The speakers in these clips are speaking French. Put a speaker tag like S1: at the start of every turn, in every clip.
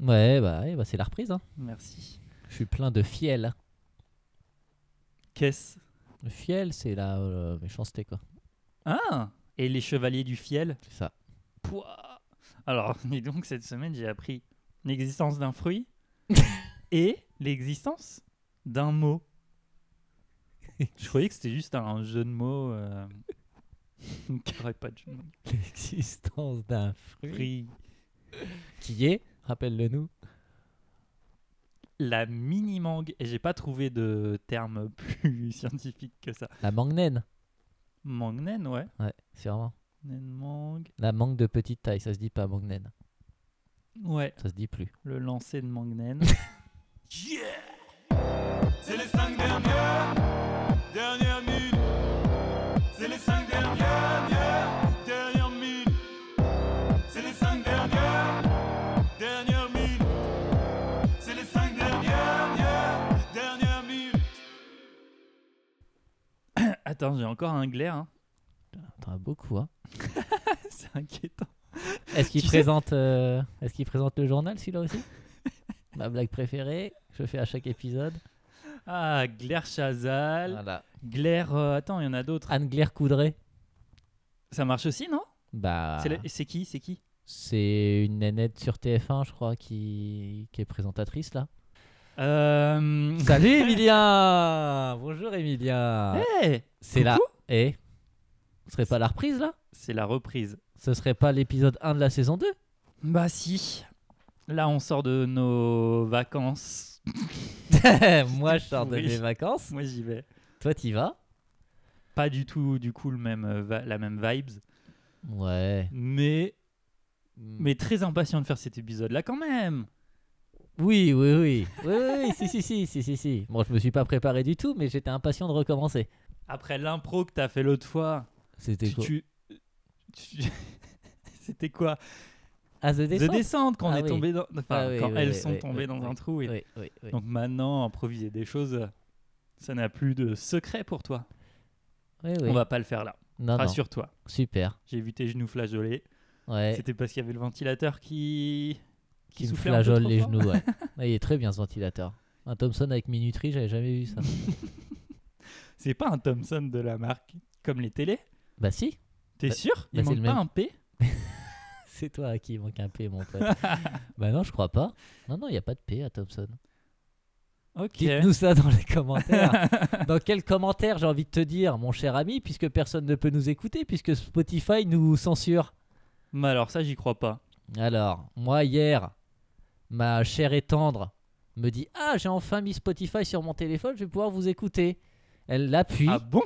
S1: Ouais, bah, ouais, bah c'est la reprise. Hein.
S2: Merci.
S1: Je suis plein de fiel. hein.
S2: Qu'est-ce
S1: Le fiel, c'est la euh, méchanceté, quoi.
S2: Ah Et les chevaliers du fiel
S1: C'est ça.
S2: Pouah Alors, dis donc, cette semaine, j'ai appris l'existence d'un fruit et l'existence d'un mot. Je croyais que c'était juste un jeu de mots. Euh... qui aurait pas de jeu de mots.
S1: L'existence d'un fruit
S2: Fruit.
S1: qui est, rappelle-le nous,
S2: La mini-mangue. Et j'ai pas trouvé de terme plus scientifique que ça.
S1: la mangnaine.
S2: Mangnen, ouais.
S1: Ouais, c'est vraiment.
S2: Nen mangue.
S1: La mangue de petite taille, ça se dit pas mangnaine.
S2: Ouais,
S1: Ça se dit plus.
S2: le lancer de mangnen.
S3: C'est les cinq dernières, dernières minutes. C'est les cinq dernières, dernières minutes. C'est les cinq dernières, dernières minutes. C'est les cinq dernières, dernières minutes.
S2: Attends, j'ai encore un glaire. hein.
S1: T'en as beaucoup, hein.
S2: C'est inquiétant.
S1: Est-ce qu'il
S2: Tu sais-
S1: présente, euh, est-ce qu'il présente le journal, celui-là aussi Ma blague préférée, je fais à chaque épisode.
S2: Ah, glaire Chazal.
S1: Voilà.
S2: Glaire. euh, attends, il y en a d'autres. Ah,
S1: Anne-Claire Coudray.
S2: Ça marche aussi, non
S1: Bah,
S2: C'est la- C'est qui C'est qui
S1: c'est une nénette sur TF1, je crois, qui, qui est présentatrice, là.
S2: Euh,
S1: Salut Emilien Bonjour Emilien
S2: hey
S1: C'est là. Et Ce serait pas la reprise là
S2: C'est la reprise.
S1: Ce serait pas l'épisode 1 de la saison 2
S2: Bah si. Là, on sort de nos vacances.
S1: Moi je sors de
S2: Oui.
S1: mes vacances,
S2: Moi, j'y vais.
S1: toi t'y vas
S2: Pas du tout, du coup, le même, euh, va- la même vibes,
S1: Ouais.
S2: mais, mais très impatient de faire cet épisode-là quand même.
S1: Oui, oui, oui. Oui, oui, oui, si, si, si, si, si, si. Bon, je me suis pas préparé du tout, mais j'étais impatient de recommencer.
S2: Après l'impro que t'as fait l'autre fois,
S1: C'était
S2: tu,
S1: quoi
S2: tu- tu- c'était quoi
S1: Ah, The Descent
S2: The Descent quand
S1: Ah
S2: on est
S1: oui.
S2: tombé dans, enfin
S1: Ah oui,
S2: quand
S1: oui,
S2: elles
S1: oui,
S2: sont
S1: oui,
S2: tombées
S1: oui,
S2: dans
S1: oui,
S2: un trou. oui.
S1: Oui, oui, oui.
S2: Donc maintenant, improviser des choses, euh, ça n'a plus de secret pour toi.
S1: Oui, oui.
S2: On va pas le faire là.
S1: Non, non.
S2: Rassure-toi.
S1: Super.
S2: J'ai vu tes genoux flageoler.
S1: Ouais.
S2: C'était parce qu'il y avait le ventilateur qui
S1: Eh. Qui me
S2: soufflait un peu
S1: flageole
S2: trop
S1: les
S2: fort.
S1: genoux, ouais. Ouais, Il est très bien ce ventilateur. Un Thomson avec minuterie, j'avais jamais vu ça.
S2: C'est pas un Thomson de la marque comme les télés.
S1: bah si
S2: T'es
S1: Bah-
S2: sûr Il
S1: bah, c'est
S2: manque
S1: le
S2: pas
S1: même.
S2: un P
S1: C'est toi à qui il manque un P, mon pote. bah non, je crois pas. Non, non, il n'y a pas de P à Thompson.
S2: Ok.
S1: Dites-nous ça dans les commentaires. dans quel commentaire j'ai envie de te dire, mon cher ami, puisque personne ne peut nous écouter, puisque Spotify nous censure.
S2: Mais alors ça, j'y crois pas.
S1: Alors, moi, hier, ma chère et tendre me dit Ah, j'ai enfin mis Spotify sur mon téléphone, je vais pouvoir vous écouter. Elle appuie.
S2: Ah bon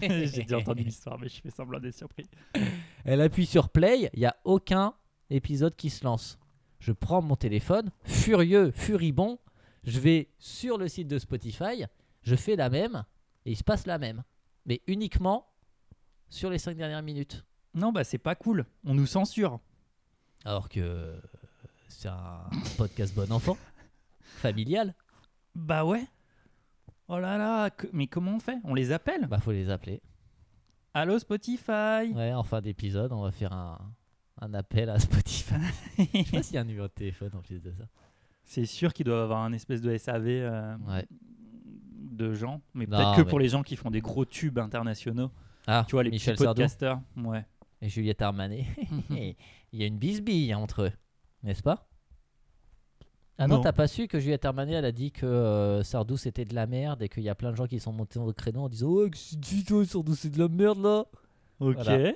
S2: J'ai déjà entendu l'histoire, mais je fais semblant d'être surpris.
S1: Elle appuie sur play, il n'y a aucun épisode qui se lance. Je prends mon téléphone, furieux, furibond, je vais sur le site de Spotify, je fais la même, et il se passe la même. Mais uniquement sur les 5 dernières minutes.
S2: Non, bah c'est pas cool. On nous censure.
S1: Alors que euh, c'est un podcast bon enfant, familial,
S2: Bah ouais. Oh là là, que- mais comment on fait On les appelle
S1: bah faut les appeler.
S2: Allô Spotify
S1: Ouais, en fin d'épisode, on va faire un, un appel à Spotify. Je sais pas s'il y a un numéro de téléphone en plus de ça.
S2: C'est sûr qu'ils doivent avoir un espèce de SAV euh,
S1: Ouais.
S2: de gens, mais
S1: Non,
S2: peut-être que
S1: mais-
S2: pour les gens qui font des gros tubes internationaux.
S1: Ah,
S2: Tu vois, les
S1: Michel
S2: petits
S1: Sardou.
S2: podcasters. Ouais.
S1: et Juliette Armanet.
S2: Mhm.
S1: Il y a une bisbille entre eux, n'est-ce pas Ah non,
S2: Non.
S1: t'as pas su que Juliette Armanet, elle a dit que euh, Sardou c'était de la merde et qu'il y a plein de gens qui sont montés au créneau en disant Ouais, qu'est-ce que tu dis, toi, Sardou c'est de la merde là
S2: Ok.
S1: Voilà.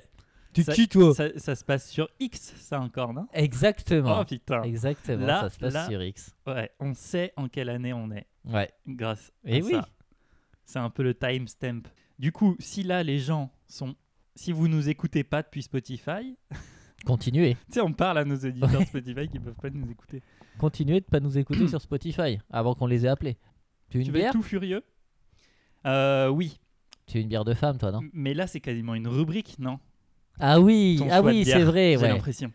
S1: T'es
S2: Ça-
S1: qui toi
S2: Oh. Ça, ça se passe sur X, ça encore, non
S1: Exactement.
S2: Oh putain.
S1: Exactement,
S2: Là,
S1: ça se passe
S2: là.
S1: sur X.
S2: Ouais, on sait en quelle année on est
S1: Ouais.
S2: grâce
S1: Et
S2: à
S1: Eh oui.
S2: ça. C'est un peu le timestamp. Du coup, si là les gens sont. Si vous nous écoutez pas depuis Spotify,
S1: Continuez.
S2: tu sais, on parle à nos auditeurs Spotify qui peuvent pas nous écouter.
S1: Continuez de pas nous écouter sur Spotify avant qu'on les ait appelés. Tu veux
S2: tu
S1: une
S2: vas être
S1: bière
S2: tout furieux Euh, oui.
S1: Tu veux une bière de femme, toi, non
S2: M- Mais là, c'est quasiment une rubrique, non
S1: Ah oui,
S2: Ton
S1: ah
S2: choix de
S1: oui,
S2: bière,
S1: c'est vrai.
S2: J'ai
S1: Ouais.
S2: l'impression.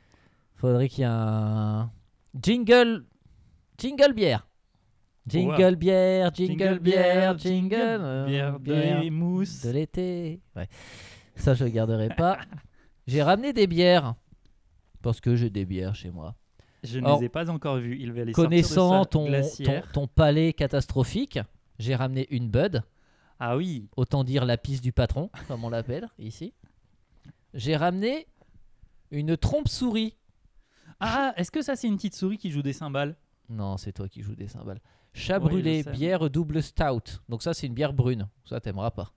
S1: Faudrait qu'il y ait un jingle, jingle bière, jingle
S2: Wow.
S1: bière, jingle, bière, jingle euh,
S2: bière
S1: bière
S2: de mousse.
S1: de l'été. Ouais. Ça je le garderai pas. j'ai ramené des bières parce que j'ai des bières chez moi.
S2: Je ne
S1: Or,
S2: les ai pas encore vus. Il va les
S1: Connaissant
S2: sortir de sa
S1: ton, ton,
S2: glacière.
S1: ton palais catastrophique, j'ai ramené une bud,
S2: Ah oui,
S1: autant dire la piste du patron, comme on l'appelle ici. J'ai ramené une trompe-souris.
S2: Ah, est-ce que ça, c'est une petite souris qui joue des cymbales
S1: Non, c'est toi qui joues des cymbales. Chat
S2: Oui, je
S1: brûlé,
S2: sais.
S1: bière double stout. Donc ça, c'est une bière brune. Ça, t'aimeras pas.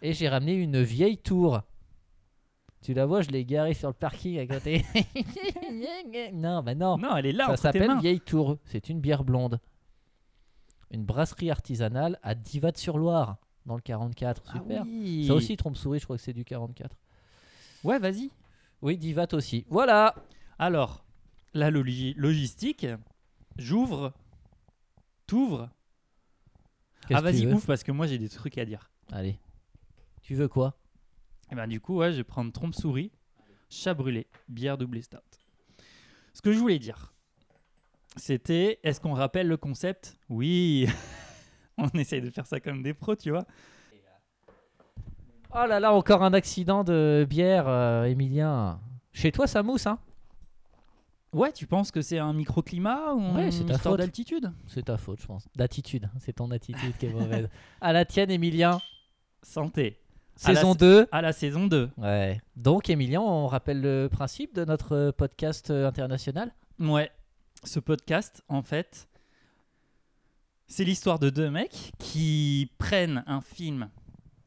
S1: Et j'ai ramené une vieille tour. Tu la vois, je l'ai garée sur le parking à côté. non, bah non.
S2: Non, elle est là,
S1: ça
S2: entre tes
S1: s'appelle
S2: mains.
S1: Vieille Tour. C'est une bière blonde. Une brasserie artisanale à Divat-sur-Loire, dans le 44.
S2: Ah
S1: Super.
S2: oui.
S1: Ça aussi, trompe-souris, je crois que c'est du 44.
S2: Ouais, vas-y.
S1: Oui, Divat aussi.
S2: Ah,
S1: Voilà.
S2: Alors, la logi- logistique, j'ouvre, t'ouvres.
S1: Qu'est-ce
S2: Ah,
S1: que tu
S2: vas-y,
S1: veux
S2: ouvre, parce que moi, j'ai des trucs à dire.
S1: Allez. Tu veux quoi
S2: Et ben, du coup, ouais, je vais prendre trompe-souris, chat brûlé, bière double stout. Ce que je voulais dire, c'était est-ce qu'on rappelle le concept Oui On essaye de faire ça comme des pros, tu vois.
S1: Oh là là, encore un accident de bière, euh, Emilien. Chez toi, ça mousse, hein
S2: Ouais, tu penses que c'est un microclimat ou
S1: Ouais, c'est
S2: une
S1: ta
S2: histoire
S1: faute.
S2: d'altitude
S1: C'est ta faute, je pense. D'attitude, hein, c'est ton attitude qui est mauvaise. à la tienne, Emilien.
S2: Santé. À la
S1: Saison
S2: sa-
S1: 2.
S2: À la saison 2.
S1: Ouais. Donc, Emilien, on rappelle le principe de notre euh, podcast euh, international
S2: Ouais. Ce podcast, en fait, c'est l'histoire de deux mecs qui prennent un film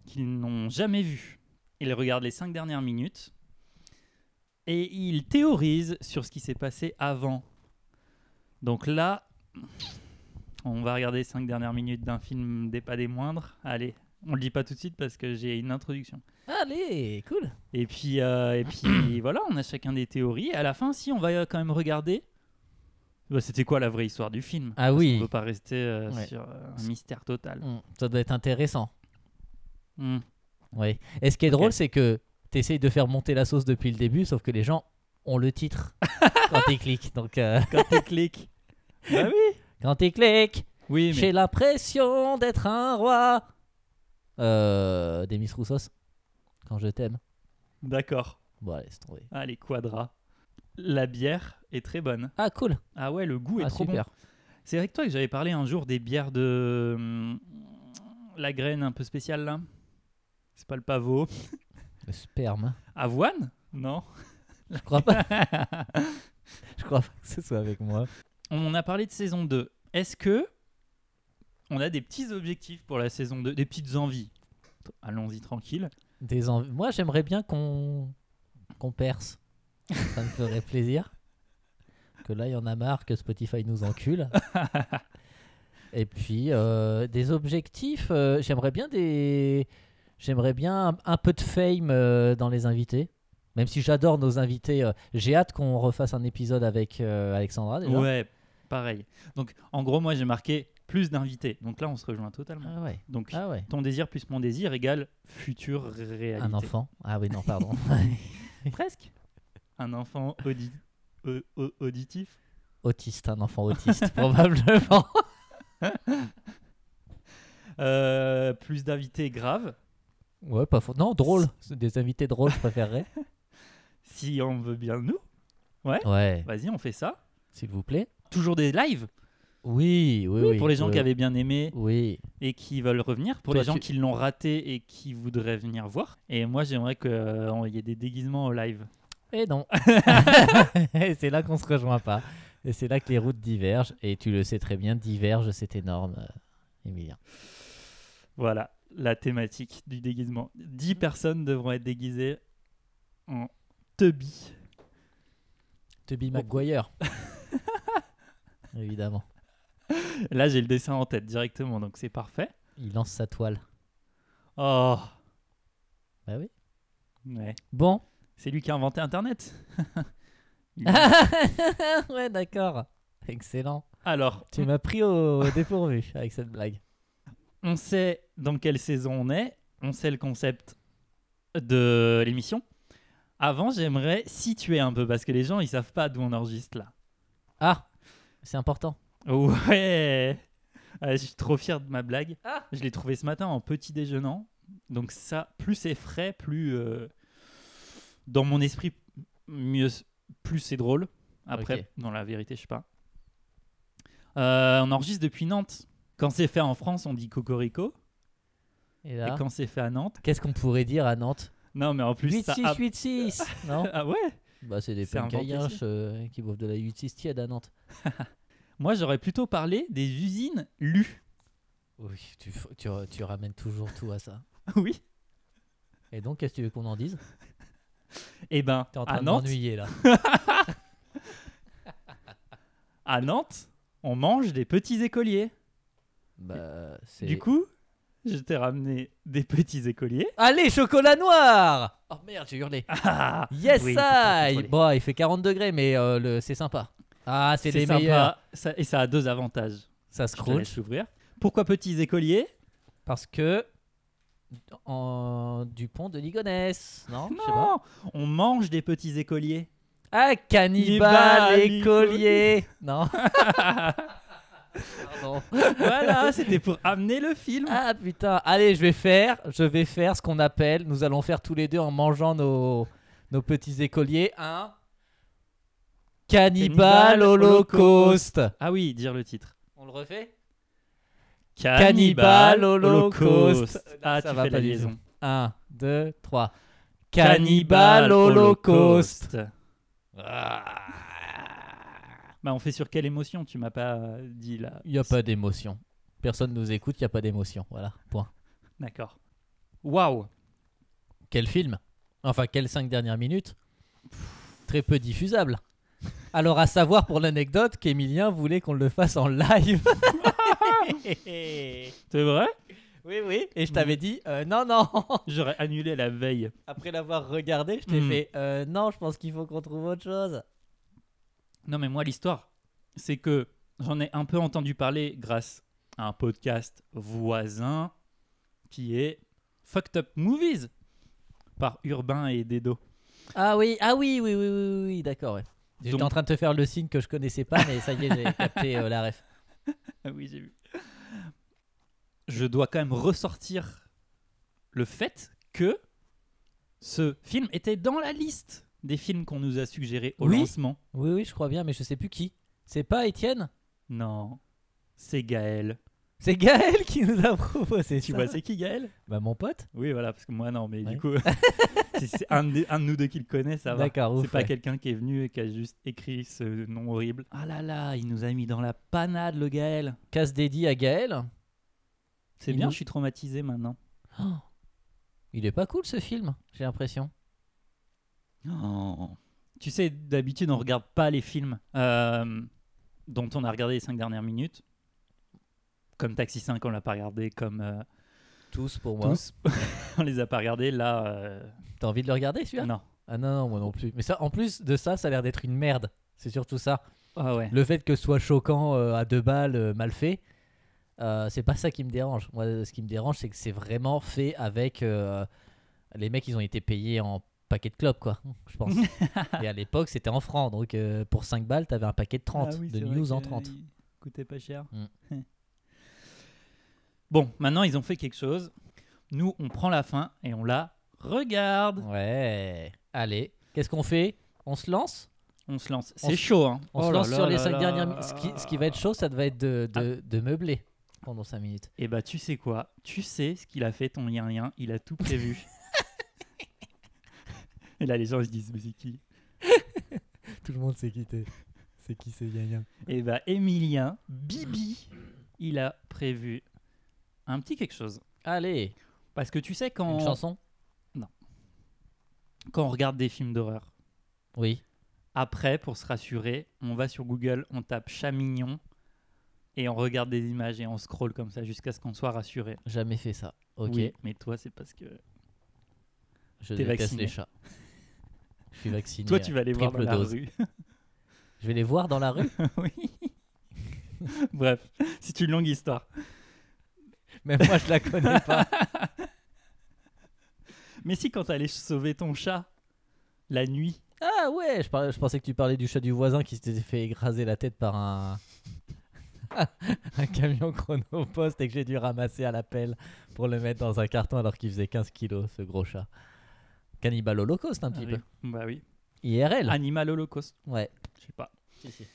S2: qu'ils n'ont jamais vu. Ils regardent les cinq dernières minutes et ils théorisent sur ce qui s'est passé avant. Donc là, on va regarder les cinq dernières minutes d'un film des pas des moindres. Allez, on le dit pas tout de suite parce que j'ai une introduction.
S1: Allez, cool.
S2: Et puis, euh, et puis voilà, on a chacun des théories. À la fin, si, on va euh, quand même regarder. Bah, C'était quoi la vraie histoire du film
S1: Ah
S2: On ne
S1: oui,
S2: peut pas rester euh,
S1: Ouais.
S2: sur euh, un mystère total.
S1: Mm, ça doit être intéressant.
S2: Hmm.
S1: Oui. Et ce qui est
S2: Ok.
S1: drôle, c'est que t'essayes de faire monter la sauce depuis le début, sauf que les gens ont le titre quand ils cliquent. Donc, euh,
S2: Quand tu cliques. bah oui
S1: quand ils cliquent,
S2: Oui, mais
S1: J'ai l'impression d'être un roi. Euh, Demis Roussos, quand je t'aime.
S2: d'accord.
S1: Bon, allez, c'est tombé.
S2: Allez, Quadra. La bière est très bonne.
S1: Ah, cool.
S2: Ah ouais, le goût est
S1: ah,
S2: trop bon.
S1: super.
S2: C'est avec toi que j'avais parlé un jour des bières de hum, la graine un peu spéciale là. C'est pas le pavot.
S1: Le sperme.
S2: Avoine Non.
S1: Je crois pas, je crois pas que ce soit avec moi.
S2: On a parlé de saison 2. Est-ce que on a des petits objectifs pour la saison 2, des petites envies T- Allons-y tranquille.
S1: Des env- Moi, j'aimerais bien qu'on qu'on perce. Ça me ferait plaisir. Que là, il y en a marre que Spotify nous encule. Et puis, euh, des objectifs. euh, j'aimerais bien des. J'aimerais bien un, un peu de fame euh, dans les invités. Même si j'adore nos invités, euh, j'ai hâte qu'on refasse un épisode avec euh, Alexandra déjà.
S2: Ouais, pareil. Donc en gros, moi j'ai marqué plus d'invités. Donc là, on se rejoint totalement.
S1: Ah ouais.
S2: Donc
S1: Ah ouais.
S2: ton désir plus mon désir égale future réalité.
S1: Un enfant. Ah oui, non, pardon.
S2: Presque. Un enfant audi- au- au- auditif.
S1: autiste, un enfant autiste, probablement.
S2: Euh, plus d'invités graves.
S1: Ouais, pas faux. Non, drôle. C'est Des invités drôles, je préférerais.
S2: Si on veut bien de nous,
S1: Ouais,
S2: vas-y, on fait ça.
S1: s'il vous plaît.
S2: Toujours des lives
S1: Oui, oui, oui.
S2: pour les gens
S1: oui,
S2: qui avaient bien aimé.
S1: Oui.
S2: et qui veulent revenir, pour
S1: Toi,
S2: les gens
S1: tu-
S2: qui l'ont raté et qui voudraient venir voir. Et moi, j'aimerais qu'il y ait des déguisements au live.
S1: Et Eh non. Et c'est là qu'on se rejoint pas. Et c'est là que les routes divergent. Et tu le sais très bien, divergent, c'est énorme, euh, Emilien.
S2: Voilà la thématique du déguisement. 10
S1: Mm.
S2: personnes devront être déguisées en Tubby.
S1: Toby Maguire. Oh. Évidemment.
S2: Là, j'ai le dessin en tête directement, donc c'est parfait.
S1: Il lance sa toile.
S2: Oh
S1: Bah oui.
S2: ouais.
S1: Bon.
S2: C'est lui qui a inventé Internet. Il-
S1: ouais, d'accord. Excellent.
S2: Alors,
S1: Tu m'as pris au au dépourvu avec cette blague.
S2: on sait dans quelle saison on est, on sait le concept de l'émission. Avant, j'aimerais situer un peu parce que les gens ils savent pas d'où on enregistre là.
S1: Ah, c'est important.
S2: Ouais Ah, Je suis trop fier de ma blague.
S1: Ah.
S2: Je l'ai trouvé ce matin en petit déjeunant. Donc ça, plus c'est frais, plus euh, dans mon esprit, mieux, plus c'est drôle. Après,
S1: Ok.
S2: dans la vérité, je sais pas. Euh, on enregistre depuis Nantes. Quand c'est fait en France, on dit cocorico.
S1: Et là,
S2: Et quand c'est fait à Nantes.
S1: qu'est-ce qu'on pourrait dire à Nantes
S2: Non, mais en plus, ça. a-
S1: 8-6-8-6 Non
S2: Ah ouais
S1: Bah, c'est des
S2: C'est
S1: punks
S2: inventé
S1: à
S2: ici.
S1: Hirsch, euh, qui boivent de la 8-6 tiède à Nantes.
S2: Moi, j'aurais plutôt parlé des usines lues.
S1: Oui, tu, f- tu, re- tu ramènes toujours tout à ça.
S2: oui.
S1: Et donc, qu'est-ce que tu veux qu'on en dise
S2: Et ben,
S1: T'es en train
S2: à
S1: de
S2: Nantes,
S1: m'ennuyer là.
S2: à Nantes, on mange des petits écoliers.
S1: Bah, c'est.
S2: Du coup, je t'ai ramené des petits écoliers.
S1: Allez, chocolat noir Oh merde, j'ai hurlé.
S2: Ah,
S1: Yes,
S2: oui,
S1: I
S2: faut pas contrôler.
S1: Bon, il fait 40 degrés, mais euh, le... c'est sympa. Ah, c'est des
S2: C'est sympa.
S1: meilleurs.
S2: Ça- et ça a deux avantages.
S1: Ça
S2: Je te
S1: scrolle.
S2: laisse l'ouvrir. Pourquoi petits écoliers
S1: Parce que. En... Du pont de Ligonesse, non, Je sais pas.
S2: Non, on mange des petits écoliers.
S1: Ah, cannibale
S2: Cannibale
S1: écolier Non Pardon.
S2: voilà, c'était pour amener le film.
S1: Ah putain, allez, je vais faire, je vais faire ce qu'on appelle, nous allons faire tous les deux en mangeant nos, nos petits écoliers, un cannibale
S2: Cannibale
S1: holocauste.
S2: Ah oui, dire le titre.
S1: On le refait
S2: Cannibal
S1: Cannibal Holocaust.
S2: Ah,
S1: Ça
S2: tu
S1: va
S2: fais
S1: pas
S2: la
S1: du
S2: liaison.
S1: 1, 2, 3.
S2: Cannibal
S1: Cannibale holocauste.
S2: Ah. Bah, on fait sur quelle émotion Tu m'as pas euh, dit là.
S1: Il n'y a pas d'émotion. Personne nous écoute, il n'y a pas d'émotion. Voilà, point.
S2: D'accord. Waouh
S1: Quel film Enfin, quelles cinq dernières minutes Très peu diffusable. Alors, à savoir pour l'anecdote qu'Emilien voulait qu'on le fasse en live. oui,
S2: C'est vrai
S1: oui. Et je t'avais dit, euh, non, non.
S2: J'aurais annulé la veille.
S1: Après l'avoir regardé, je t'ai
S2: Hmm.
S1: fait, euh, non, je pense qu'il faut qu'on trouve autre chose.
S2: Non, mais moi, l'histoire, c'est que j'en ai un peu entendu parler grâce à un podcast voisin qui est Fucked Up Movies par Urbain et Dedo.
S1: Ah oui, ah oui, oui, oui, oui, oui, d'accord, ouais. J'étais
S2: Donc-
S1: en train de te faire le signe que je connaissais pas, mais ça y est, j'ai capté euh, la ref.
S2: Ah oui, j'ai vu. Je dois quand même ressortir le fait que ce film était dans la liste des films qu'on nous a suggérés au
S1: Oui.
S2: lancement.
S1: Oui, oui, je crois bien, mais je sais plus qui. C'est pas Étienne
S2: Non, c'est Gaël.
S1: C'est Gaël qui nous a proposé
S2: Tu
S1: ça.
S2: vois, c'est qui Gaël
S1: Bah, mon pote.
S2: Oui, voilà, parce que moi, non, mais
S1: Ouais.
S2: du coup, si c'est un, de- un de nous deux qui le connaît, ça va.
S1: D'accord,
S2: C'est
S1: ouf,
S2: pas
S1: ouais.
S2: quelqu'un qui est venu et qui a juste écrit ce nom horrible. Ah là là, il nous a mis dans la panade, le Gaël.
S1: Casse dédié à Gaël.
S2: C'est
S1: Il
S2: bien,
S1: nous-
S2: je suis traumatisé maintenant.
S1: Oh, il est pas cool ce film, j'ai l'impression.
S2: Oh. Tu sais, d'habitude, on regarde pas les films euh, dont on a regardé les cinq dernières minutes. Comme Taxi 5, on l'a pas regardé. Comme euh,
S1: Tous pour moi.
S2: tous, on les a pas regardés. Là, euh,
S1: T'as envie de le regarder celui-là
S2: non.
S1: Ah non, non, moi non plus. Mais ça, en plus de ça, ça a l'air d'être une merde. C'est surtout ça.
S2: Ah ouais.
S1: Le fait que ce soit choquant euh, à deux balles, euh, mal fait, euh, c'est pas ça qui me dérange. Moi, euh, ce qui me dérange, c'est que c'est vraiment fait avec. euh, les mecs, ils ont été payés en paquet de clopes, quoi, je pense. Et à l'époque, c'était en francs. Donc euh, pour 5 balles, t'avais un paquet de 30,
S2: Ah oui,
S1: de
S2: c'est vrai
S1: news en
S2: que
S1: 30.
S2: il Coûtait pas cher.
S1: Mm.
S2: bon, maintenant ils ont fait quelque chose. Nous, on prend la fin et on la regarde.
S1: Ouais. Allez, qu'est-ce qu'on fait On se lance
S2: On se lance.
S1: On
S2: C'est
S1: se-
S2: chaud, hein.
S1: On se
S2: Oh là
S1: lance
S2: là
S1: sur les
S2: là
S1: cinq
S2: là. Ah.
S1: dernières minutes. Ce qui, ce qui va être chaud, ça va être de, de, de meubler pendant 5 minutes.
S2: Eh bah, tu sais quoi Tu sais ce qu'il a fait, ton lien lien. Il a tout prévu. et là, les gens ils se disent, mais c'est qui
S1: Tout le monde s'est quitté. C'est qui c'est Yaya
S2: Eh bah, Emilien, Bibi, il a prévu un petit quelque chose.
S1: Allez,
S2: Parce que tu sais, quand,
S1: une chanson
S2: quand on regarde des films d'horreur,
S1: Oui.
S2: Après, pour se rassurer, on va sur Google, on tape chat mignon et on regarde des images et on scrolle comme ça jusqu'à ce qu'on soit rassuré.
S1: Jamais fait ça. Ok.
S2: Oui, mais toi, c'est parce que.
S1: je
S2: t'es
S1: déteste
S2: vacciné.
S1: les chats. Je suis vacciné.
S2: Toi, tu vas les voir dans
S1: triple
S2: la
S1: dose.
S2: rue.
S1: Je vais les voir dans la rue.
S2: oui. Bref, c'est une longue histoire.
S1: Mais moi, je la connais pas.
S2: Mais si, quand t'allais sauver ton chat la nuit,
S1: Ah ouais, je, parlais- je pensais que tu parlais du chat du voisin qui s'était fait écraser la tête par un. un camion chronopost et que j'ai dû ramasser à la pelle pour le mettre dans un carton alors qu'il faisait 15 kilos, ce gros chat. Cannibal holocauste un petit peu.
S2: Bah oui.
S1: IRL.
S2: Animal Holocaust.
S1: Ouais.
S2: Je sais pas.
S1: Si, si.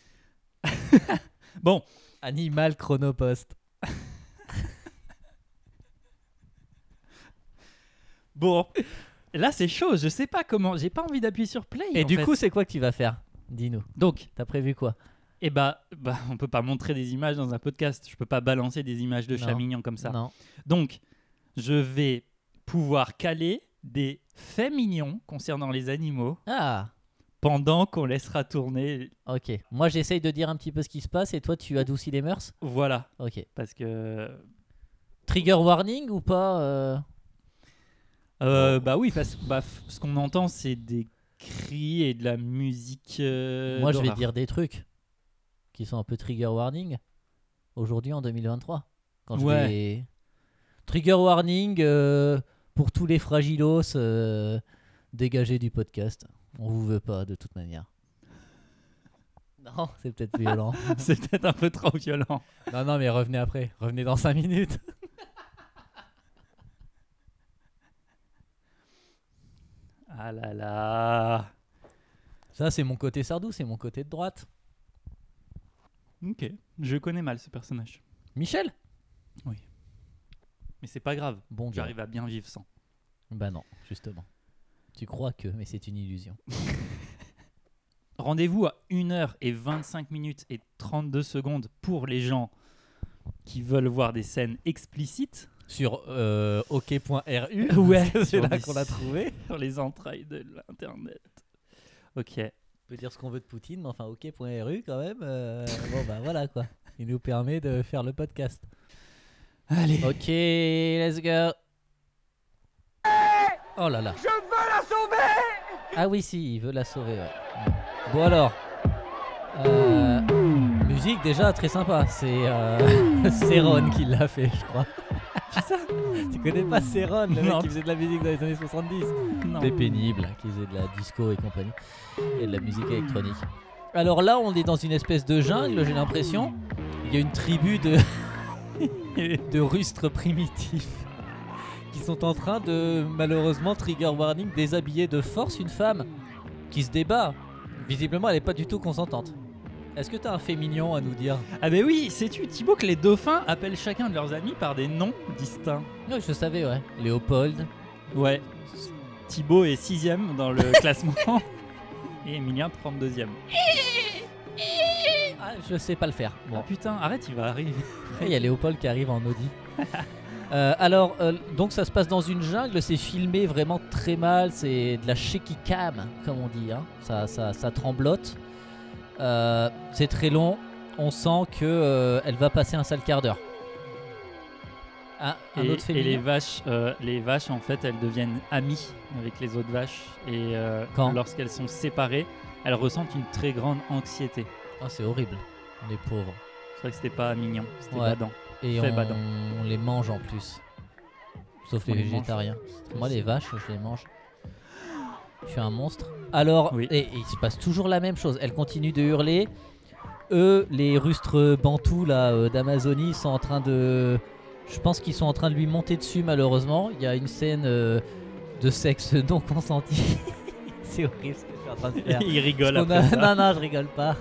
S2: Bon,
S1: Animal Chronopost.
S2: bon. Là, c'est chaud. Je sais pas comment. J'ai pas envie d'appuyer sur play.
S1: Et
S2: en
S1: du
S2: fait.
S1: coup, c'est quoi que tu vas faire Dis-nous.
S2: donc,
S1: T'as prévu quoi
S2: eh bah, bah, on peut pas montrer des images dans un podcast. Je peux pas balancer des images de
S1: Non.
S2: chat mignon comme ça.
S1: Non.
S2: Donc, je vais pouvoir caler des faits mignons concernant les animaux
S1: Ah,
S2: pendant qu'on laissera tourner.
S1: ok. Moi, j'essaye de dire un petit peu ce qui se passe et toi, tu adoucis les mœurs
S2: Voilà,
S1: Ok.
S2: parce que
S1: Trigger warning ou pas euh
S2: Euh, bah oui, parce que bah, f- ce qu'on entend, c'est des cris et de la musique. euh,
S1: Moi, je vais
S2: d'horreur.
S1: dire des trucs qui sont un peu trigger warning aujourd'hui en 2023. Quand je
S2: Ouais.
S1: vais- Trigger warning euh, pour tous les fragilos euh, dégagés du podcast. On vous veut pas de toute manière. Non, c'est peut-être violent.
S2: c'est peut-être un peu trop violent.
S1: non, non, mais revenez après. Revenez dans 5 minutes.
S2: Ah là là.
S1: Ça, c'est mon côté Sardou, c'est mon côté de droite.
S2: Ok, je connais mal ce personnage,
S1: Michel
S2: mais c'est pas grave.
S1: Bon Dieu.
S2: J'arrive à bien vivre sans.
S1: Bah non, justement. Tu crois que, mais c'est une illusion.
S2: Rendez-vous à 1h25 minutes et 32 secondes pour les gens qui veulent voir des scènes explicites
S1: Sur euh, ok.ru,
S2: Ouais,
S1: c'est
S2: sur
S1: là
S2: des-
S1: qu'on l'a trouvé.
S2: sur les entrailles de l'internet. Ok.
S1: On peut dire ce qu'on veut de Poutine, mais enfin, ok.ru quand même. euh, bon, bah voilà quoi. Il nous permet de faire le podcast.
S2: Allez.
S1: Ok, let's go. Oh là là. Je veux la sauver Ah oui, si, il veut la sauver, ouais. Ouais. Bon alors. Euh, musique déjà très sympa. C'est euh, c'est Ron qui l'a fait, je crois. tu connais pas Céron, le mec
S2: Non.
S1: qui faisait de la musique dans les années 70
S2: Non.
S1: C'était pénible, qui faisait hein, de la disco et compagnie, et de la musique électronique. Alors là, on est dans une espèce de jungle, j'ai l'impression. Il y a une tribu de, de rustres primitifs qui sont en train de, malheureusement, trigger warning, déshabiller de force une femme qui se débat. Visiblement, elle n'est pas du tout consentante. Est-ce que t'as un fait mignon à nous dire
S2: Ah ben oui, sais-tu Thibaut que les dauphins appellent chacun de leurs amis par des noms distincts
S1: Oui, Ah, je savais, ouais. Léopold.
S2: Ouais. Thibaut est sixième dans le classement et Emilien 32e.
S1: Ah, je sais pas le faire.
S2: Ah
S1: Bon.
S2: putain, arrête, il va arriver.
S1: Il y a Léopold qui arrive en Audi. Euh, alors, euh, donc ça se passe dans une jungle, c'est filmé vraiment très mal, c'est de la shaky cam, comme on dit, hein. ça, ça, ça tremblote. Euh, c'est très long, on sent que euh, elle va passer un sale quart d'heure. Ah, un
S2: et,
S1: autre
S2: et les
S1: féminin
S2: vaches, euh, les vaches en fait, elles deviennent amies avec les autres vaches et euh,
S1: Quand
S2: lorsqu'elles sont séparées, elles ressentent une très grande anxiété.
S1: Ah, C'est horrible, les pauvres.
S2: C'est vrai que c'était pas mignon, c'était
S1: Ouais.
S2: badant.
S1: Et
S2: Fait
S1: on,
S2: badant.
S1: on les mange en plus. Sauf
S2: On
S1: les
S2: les mange.
S1: végétariens. Moi, les vaches, je les mange. Je suis un monstre. Alors,
S2: Oui.
S1: et, et il se passe toujours la même chose. Elle continue de hurler. Eux, les rustres bantous là euh, d'Amazonie, sont en train de. Je pense qu'ils sont en train de lui monter dessus malheureusement. Il y a une scène euh, de sexe non consenti. C'est horrible ce que je suis en train de faire.
S2: Il rigole
S1: Parce qu'on
S2: après
S1: a-
S2: ça.
S1: Non, non, je rigole pas.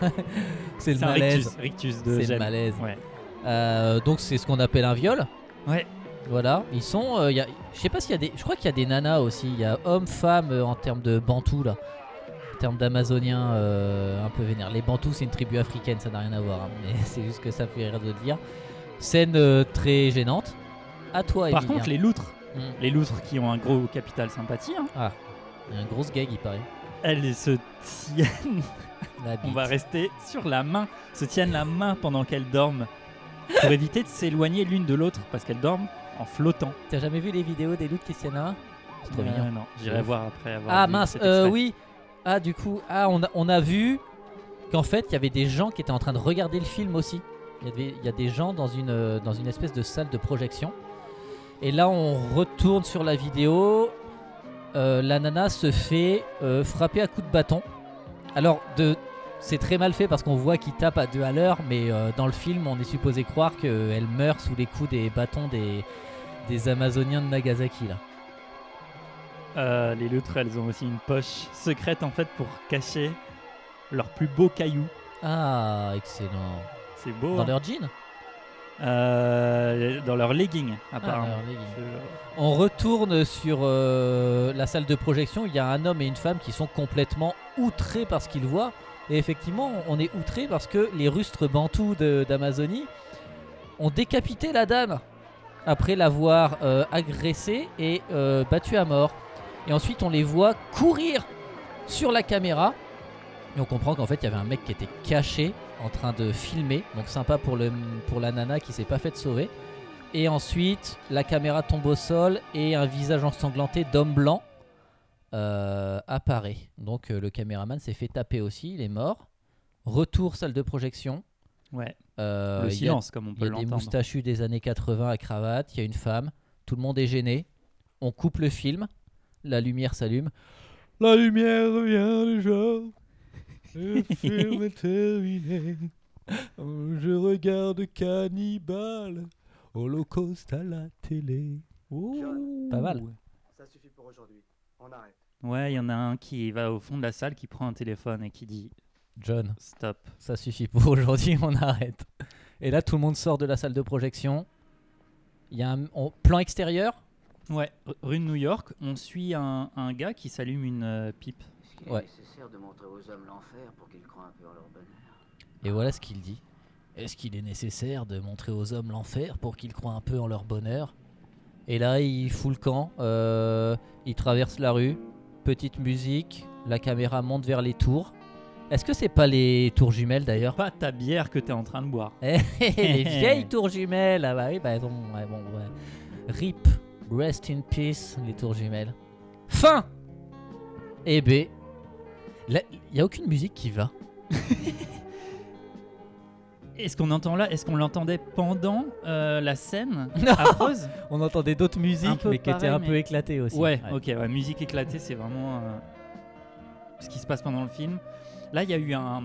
S1: C'est le
S2: C'est un
S1: malaise.
S2: rictus, rictus de
S1: C'est le
S2: gêne.
S1: malaise.
S2: Ouais.
S1: Euh, donc c'est ce qu'on appelle un viol.
S2: Ouais.
S1: Voilà, ils sont. euh, y a- je sais pas s'il y a des. Je crois qu'il y a des nanas aussi. Il y a hommes, femmes euh, en termes de bantou là. En termes d'amazoniens euh, un peu vénère. Les bantous c'est une tribu africaine, ça n'a rien à voir. hein, mais c'est juste que ça fait rire de le dire. Scène euh, très gênante. À toi,
S2: Par
S1: Emilien.
S2: contre, les loutres,
S1: Mm.
S2: les loutres qui ont un gros capital sympathie, hein,
S1: Ah, il y a un gros gag, il paraît.
S2: elles se tiennent.
S1: La
S2: On
S1: bite.
S2: va rester sur la main, se tiennent la main pendant qu'elles dorment pour éviter de s'éloigner l'une de l'autre parce qu'elles dorment en flottant.
S1: T'as jamais vu les vidéos des loups de Christiana C'est trop
S2: Euh,
S1: mignon.
S2: Non,
S1: C'est
S2: j'irai
S1: ouf.
S2: voir après avoir
S1: Ah
S2: vu
S1: mince,
S2: cet
S1: euh,
S2: extrait.
S1: oui. Ah du coup, ah, on, a, on a vu qu'en fait il y avait des gens qui étaient en train de regarder le film aussi. Il y, avait- il y a des gens dans une, euh, dans une espèce de salle de projection. Et là on retourne sur la vidéo. Euh, la nana se fait euh, frapper à coups de bâton. Alors de... c'est très mal fait parce qu'on voit qu'il tape à deux à l'heure, mais euh, dans le film on est supposé croire qu'elle meurt sous les coups des bâtons des, des Amazoniens de Nagasaki là.
S2: Euh, les loutres, elles ont aussi une poche secrète en fait pour cacher leurs plus beaux cailloux.
S1: Ah, excellent.
S2: C'est beau.
S1: Dans
S2: hein.
S1: leur jean
S2: Euh, dans leurs leggings,
S1: Ah,
S2: apparemment.
S1: leur legging.
S2: Euh,
S1: On retourne sur euh, la salle de projection. Il y a un homme et une femme qui sont complètement outrés par ce qu'ils voient. Et effectivement, on est outrés parce que les rustres bantous de- d'Amazonie ont décapité la dame après l'avoir euh, agressée et euh, battue à mort. Et ensuite, on les voit courir sur la caméra. Et on comprend qu'en fait, il y avait un mec qui était caché en train de filmer. Donc sympa pour, le, pour la nana qui s'est pas faite sauver. Et ensuite, la caméra tombe au sol et un visage ensanglanté d'homme blanc euh, apparaît. Donc euh, le caméraman s'est fait taper aussi, il est mort. Retour salle de projection.
S2: Ouais,
S1: Euh,
S2: le
S1: il y a-
S2: silence, comme on
S1: il y
S2: peut
S1: a des
S2: l'entendre.
S1: moustachus des années 80 à cravate, il y a une femme, tout le monde est gêné. On coupe le film, la lumière s'allume. La lumière revient déjà. Le film est terminé. Je regarde Cannibal, Holocauste à la télé.
S2: Ouh.
S1: Pas mal.
S4: Ça suffit pour aujourd'hui. On arrête.
S2: Ouais, il y en a un qui va au fond de la salle, qui prend un téléphone et qui dit
S1: John,
S2: stop.
S1: ça suffit pour aujourd'hui, on arrête. Et là, tout le monde sort de la salle de projection. Il y a un on- plan extérieur.
S2: Ouais, r- rue de New York, on suit un, un gars qui s'allume une euh, pipe.
S4: Il
S1: Ouais.
S4: est nécessaire de montrer aux hommes l'enfer pour qu'ils croient un peu en leur bonheur.
S1: Et voilà ce qu'il dit. Est-ce qu'il est nécessaire de montrer aux hommes l'enfer pour qu'ils croient un peu en leur bonheur Et là, il fout le camp. euh, il traverse la rue. Petite musique. La caméra monte vers les tours. Est-ce que c'est pas les tours jumelles d'ailleurs
S2: Pas ta bière que t'es en train de boire.
S1: Eh, Les vieilles tours jumelles Ah bah oui, bah elles ont- ouais, bon, ouais. RIP. Rest in peace, les tours jumelles. Fin Eh B. Il n'y a aucune musique qui va.
S2: Est-ce qu'on entend là Est-ce qu'on l'entendait pendant euh, la scène affreuse
S1: On entendait d'autres
S2: Un
S1: musiques,
S2: peu
S1: mais qui étaient
S2: pareil,
S1: un
S2: mais-
S1: peu éclatées aussi.
S2: Ouais, ok, ouais, musique éclatée, c'est vraiment euh, ce qui se passe pendant le film. Là, il y a eu un.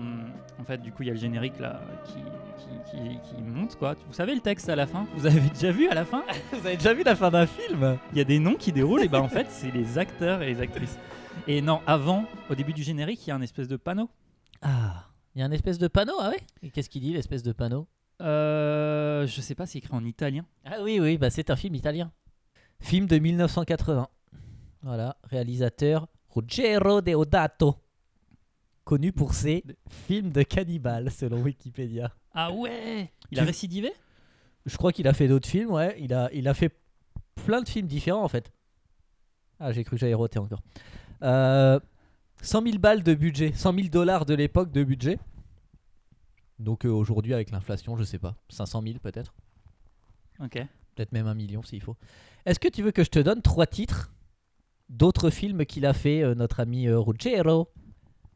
S2: En fait, du coup, il y a le générique là qui, qui, qui- qui monte, quoi. Vous savez le texte à la fin Vous avez déjà vu à la fin
S1: Vous avez déjà vu la fin d'un film
S2: Il y a des noms qui déroulent, et ben en fait, c'est les acteurs et les actrices. Et non, avant, au début du générique, il y a un espèce de panneau.
S1: Ah, il y a un espèce de panneau, ah ouais Et qu'est-ce qu'il dit, l'espèce de panneau
S2: Euh, je sais pas, c'est écrit en italien.
S1: Ah oui, oui, bah c'est un film italien. Film de 1980. Voilà, réalisateur Ruggero Deodato. Connu pour ses films de cannibales, selon Wikipédia.
S2: Ah ouais Il
S1: Tu-
S2: a récidivé
S1: Je crois qu'il a fait d'autres films, ouais. Il a, il a fait plein de films différents, en fait. Ah, j'ai cru que j'avais roté encore. Euh, 100 000 balles de budget, 100 000 dollars de l'époque de budget. Donc euh, aujourd'hui, avec l'inflation, je sais pas, 500 000 peut-être.
S2: Ok.
S1: Peut-être même un million s'il faut. Est-ce que tu veux que je te donne trois titres d'autres films qu'il a fait, euh, notre ami euh, Ruggero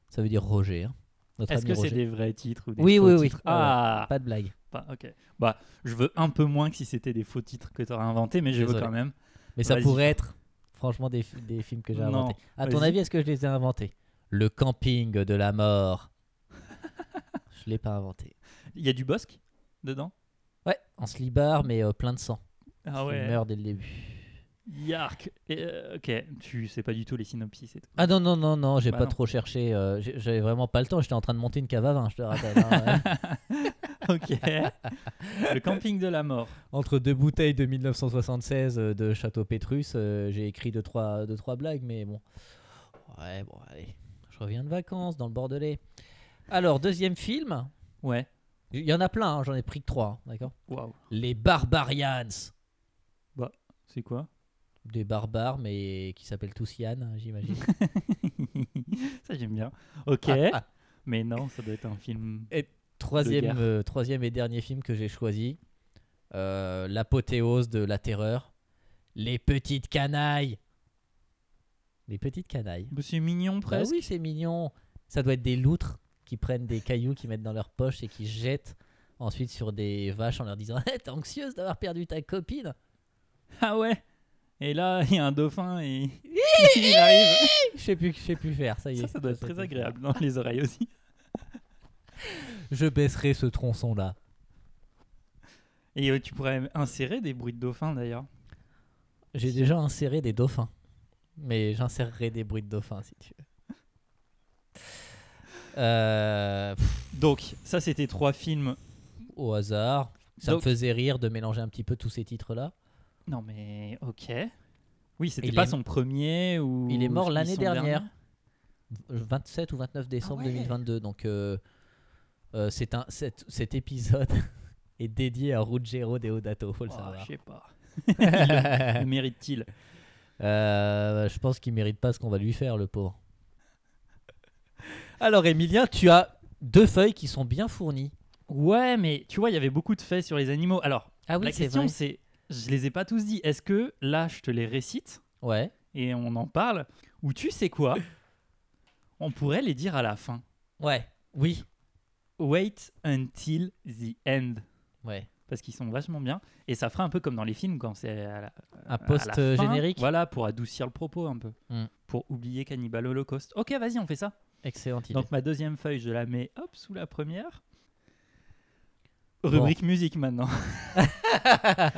S1: Ça veut dire Roger. hein. Notre
S2: Est-ce
S1: ami
S2: que c'est
S1: Roger.
S2: des vrais titres ou des
S1: Oui,
S2: faux
S1: oui, oui.
S2: titres
S1: Ouais, ouais.
S2: Ah
S1: Pas de blague.
S2: Pas- ok. Bah, je veux un peu moins que si c'était des faux titres que t'aurais inventé, mais je veux
S1: Désolé.
S2: quand même.
S1: Mais ça
S2: Vas-y.
S1: pourrait être, franchement, des, fi- des films que j'ai
S2: Non,
S1: inventés. À ton
S2: vas-y.
S1: avis, est-ce que je les ai inventés Le camping de la mort. je l'ai pas inventé.
S2: Il y a du bosque dedans
S1: Ouais, en slibard, mais euh, plein de sang.
S2: Ah
S1: Il
S2: ouais.
S1: meurt dès le début.
S2: Yark. Et, euh, ok, tu sais pas du tout les synopsis et tout.
S1: Ah non, non, non, non, j'ai
S2: Bah
S1: pas
S2: non.
S1: trop cherché. euh, j'ai- J'avais vraiment pas le temps. J'étais en train de monter une cave à vin, je te rappelle. hein, ouais.
S2: ok. Le camping de la mort.
S1: Entre deux bouteilles de 1976 euh, de Château Pétrus, euh, j'ai écrit deux trois, deux, trois blagues, mais bon. Ouais, bon, allez. Je reviens de vacances dans le Bordelais. Alors, deuxième film.
S2: Ouais.
S1: Il y en a plein, hein, j'en ai pris que trois, hein, d'accord
S2: Waouh.
S1: Les Barbarians
S2: C'est quoi
S1: Des barbares, mais qui s'appellent tous Yann, hein, j'imagine.
S2: Ça, j'aime bien. Ok.
S1: Ah, ah.
S2: mais non, ça doit être un film.
S1: troisième,
S2: guerre.
S1: euh, troisième et dernier film que j'ai choisi euh, L'apothéose de la terreur. Les petites canailles Les petites canailles.
S2: Mais C'est mignon
S1: Bah
S2: presque.
S1: oui, c'est mignon. Ça doit être des loutres qui prennent des cailloux, qui mettent dans leur poche et qui jettent ensuite sur des vaches en leur disant Eh, T'es anxieuse d'avoir perdu ta copine
S2: Ah ouais. Et là, il y a un dauphin et il arrive.
S1: Je sais plus, je sais plus faire, ça y est.
S2: Ça, ça doit être
S1: a
S2: très
S1: été fait.
S2: agréable dans les oreilles aussi.
S1: Je baisserai ce tronçon-là.
S2: Et euh, tu pourrais insérer des bruits de dauphins d'ailleurs.
S1: J'ai déjà inséré des dauphins. Mais j'insérerai des bruits de dauphins si tu veux. Euh, pff,
S2: Donc, ça, c'était trois films.
S1: au hasard. Ça
S2: Donc-
S1: me faisait rire de mélanger un petit peu tous ces titres-là.
S2: Non, mais ok. Oui, c'était
S1: Il
S2: pas
S1: est-
S2: son premier ou.
S1: Il est mort
S2: ni
S1: l'année
S2: son
S1: dernière.
S2: dernier.
S1: 27 ou 29 décembre
S2: Ah ouais.
S1: 2022. Donc, euh, euh, c'est un, cet, cet épisode est dédié à Ruggero Deodato, faut le
S2: Oh,
S1: savoir.
S2: je sais pas. Il le mérite-t-il
S1: Euh, je pense qu'il mérite pas ce qu'on va lui faire, le pauvre. Alors, Emilien, tu as deux feuilles qui sont bien fournies.
S2: Ouais, mais tu vois, il y avait beaucoup de faits sur les animaux. Alors,
S1: Ah
S2: la question, c'est. Je les ai pas tous dit. Est-ce que là, je te les récite
S1: Ouais.
S2: et on en parle Ou tu sais quoi On pourrait les dire à la fin.
S1: Ouais. Oui.
S2: Wait until the end.
S1: Ouais.
S2: Parce qu'ils sont vachement bien. Et ça fera un peu comme dans les films quand c'est à la,
S1: Un euh,
S2: à la
S1: post-générique.
S2: fin, Voilà, pour adoucir le propos un peu.
S1: Mm.
S2: Pour oublier Cannibal Holocaust. Ok, vas-y, on fait ça.
S1: Excellente idée.
S2: Donc ma deuxième feuille, je la mets hop sous la première. Rubrique musique maintenant.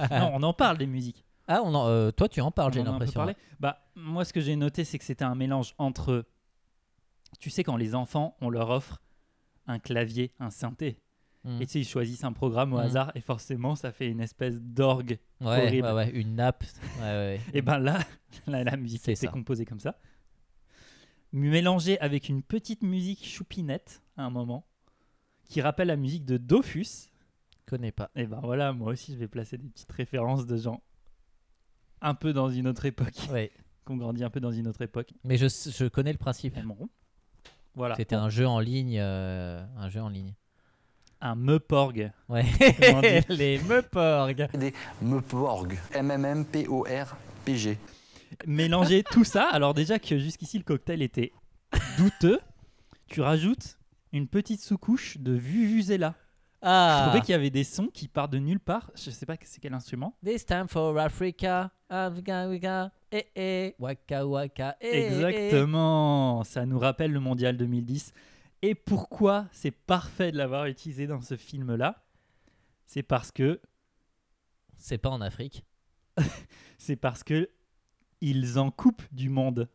S2: non, on en parle des musiques.
S1: ah, on en- euh, toi, tu en parles,
S2: On
S1: j'ai
S2: en a un peu
S1: l'impression.
S2: parlé. Bah, moi, ce que j'ai noté, c'est que c'était un mélange entre. Tu sais, quand les enfants, on leur offre un clavier, un synthé.
S1: Mm.
S2: Et tu sais, ils choisissent un programme au
S1: Mm.
S2: hasard et forcément, ça fait une espèce d'orgue.
S1: Ouais,
S2: horrible.
S1: ouais, ouais, une nappe. Ouais, ouais, ouais.
S2: Et ben là, la, la musique
S1: Mm. C'est
S2: était
S1: ça.
S2: composée comme ça. Mélangée avec une petite musique choupinette à un moment, qui rappelle la musique de Dofus.
S1: connais pas.
S2: Et ben voilà, moi aussi, je vais placer des petites références de gens un peu dans une autre époque,
S1: Ouais.
S2: qu'on grandit un peu dans une autre époque.
S1: Mais je, je connais le principe.
S2: Aimeront. Voilà.
S1: C'était un jeu en ligne. euh, un jeu en ligne.
S2: Un meuporg.
S1: Ouais.
S2: Comment dire
S1: Les Meuporg.
S5: des MMPORG. M-M-M-P-O-R-P-G.
S2: Mélanger tout ça, alors déjà que jusqu'ici le cocktail était douteux, tu rajoutes une petite sous-couche de vuvuzela. Je
S1: Ah.
S2: trouvais qu'il y avait des sons qui partent de nulle part. Je sais pas c'est quel instrument.
S1: This time for Africa. Africa, Africa. Eh eh. Waka waka. Eh, eh.
S2: Exactement. Ça nous rappelle le mondial 2010. Et pourquoi c'est parfait de l'avoir utilisé dans ce film-là C'est parce que
S1: C'est pas en Afrique.
S2: c'est parce que ils en coupent du monde.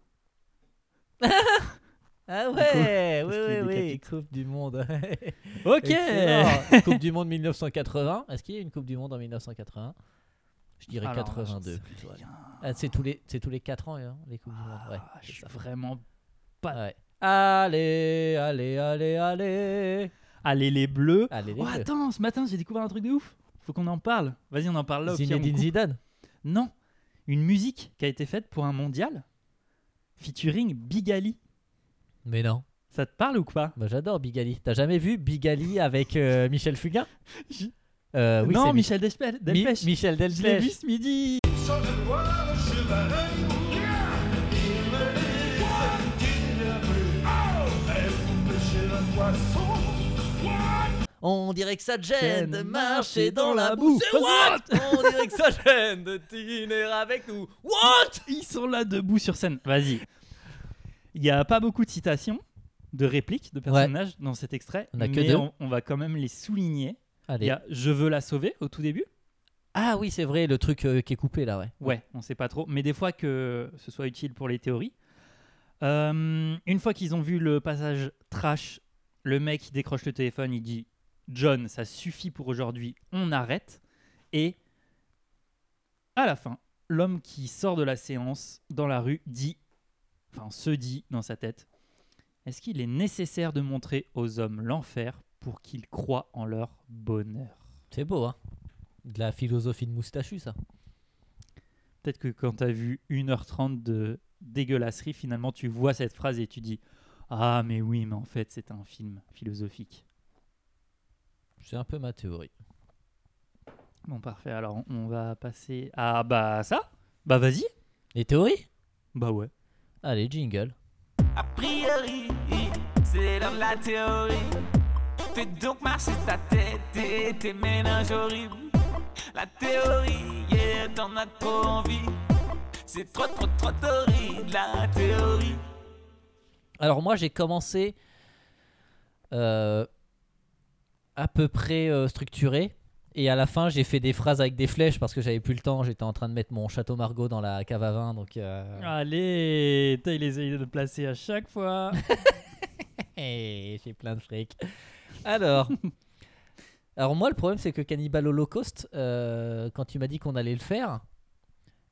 S1: Ah
S2: ouais, parce qu'il décapite.
S1: Coupe du monde.
S2: Ok.
S1: Excellent. coupe du monde 1980. Est-ce qu'il y a une Coupe du monde en 1980 Je dirais
S2: Alors,
S1: 82.
S2: je sais
S1: plutôt, ouais.
S2: rien.
S1: Ah, c'est tous les c'est tous les 4 ans hein, les coupes du monde.
S2: Ah,
S1: Ouais.
S2: je
S1: c'est
S2: suis
S1: ça.
S2: vraiment pas.
S1: Ouais. Allez, allez, allez, allez.
S2: Allez les bleus.
S1: Allez, les
S2: oh
S1: bleus.
S2: attends, ce matin j'ai découvert un truc de ouf. Faut qu'on en parle. Vas-y, on en parle là. au pire, on
S1: Zinedine
S2: coupe.
S1: Zidane.
S2: Non, une musique qui a été faite pour un mondial featuring Bigali.
S1: Mais non.
S2: Ça te parle ou pas
S1: Bah, j'adore Bigali. T'as jamais vu Bigali avec euh, Michel Fugain
S2: J-
S1: Euh, oui,
S2: Non,
S1: c'est Mi-
S2: Michel Delpech.
S1: Mi-
S2: Delpech.
S1: Michel
S2: Je l'ai vu
S1: Delpech.
S2: ce midi.
S1: On dirait que ça te gêne
S2: Gêne
S1: de marcher dans la boue.
S2: boue.
S1: C'est what On dirait que ça gêne de dîner avec nous. What
S2: Ils sont là debout sur scène. Vas-y. Il n'y a pas beaucoup de citations, de répliques, de personnages dans cet extrait.
S1: On a que
S2: mais
S1: deux.
S2: On, on va quand même les souligner. Il
S1: Allez.
S2: y a Je veux la sauver au tout début.
S1: Ah oui, c'est vrai, le truc euh, qui est coupé là, ouais.
S2: Ouais, on sait pas trop. Mais des fois que ce soit utile pour les théories. Euh, une fois qu'ils ont vu le passage trash, le mec il décroche le téléphone, il dit John, ça suffit pour aujourd'hui, on arrête. Et à la fin, l'homme qui sort de la séance dans la rue dit, enfin se dit dans sa tête Est-ce qu'il est nécessaire de montrer aux hommes l'enfer pour qu'ils croient en leur bonheur
S1: C'est beau, hein. De la philosophie de moustachu, ça.
S2: Peut-être que quand tu as vu 1h30 de dégueulasserie, finalement, tu vois cette phrase et tu dis Ah, mais oui, mais en fait, c'est un film philosophique.
S1: C'est un peu ma théorie.
S2: Bon, parfait. Alors, on va passer à. Bah, ça Bah, vas-y
S1: Les théories
S2: Bah, ouais.
S1: Allez, jingle.
S6: A priori, c'est l'heure de la théorie. Fais donc marcher ta tête et tes ménages horribles. La théorie, yeah, t'en as trop envie. C'est trop, trop, trop horrible, la théorie.
S1: Alors moi j'ai commencé euh, à peu près euh, structuré et à la fin j'ai fait des phrases avec des flèches parce que j'avais plus le temps, j'étais en train de mettre mon château Margot dans la cave à vin donc euh,
S2: Allez T'as les de placer à chaque fois
S1: Hé, Eh, J'ai plein de fric. Alors, alors moi, le problème, c'est que Cannibal Holocaust, euh, quand tu m'as dit qu'on allait le faire,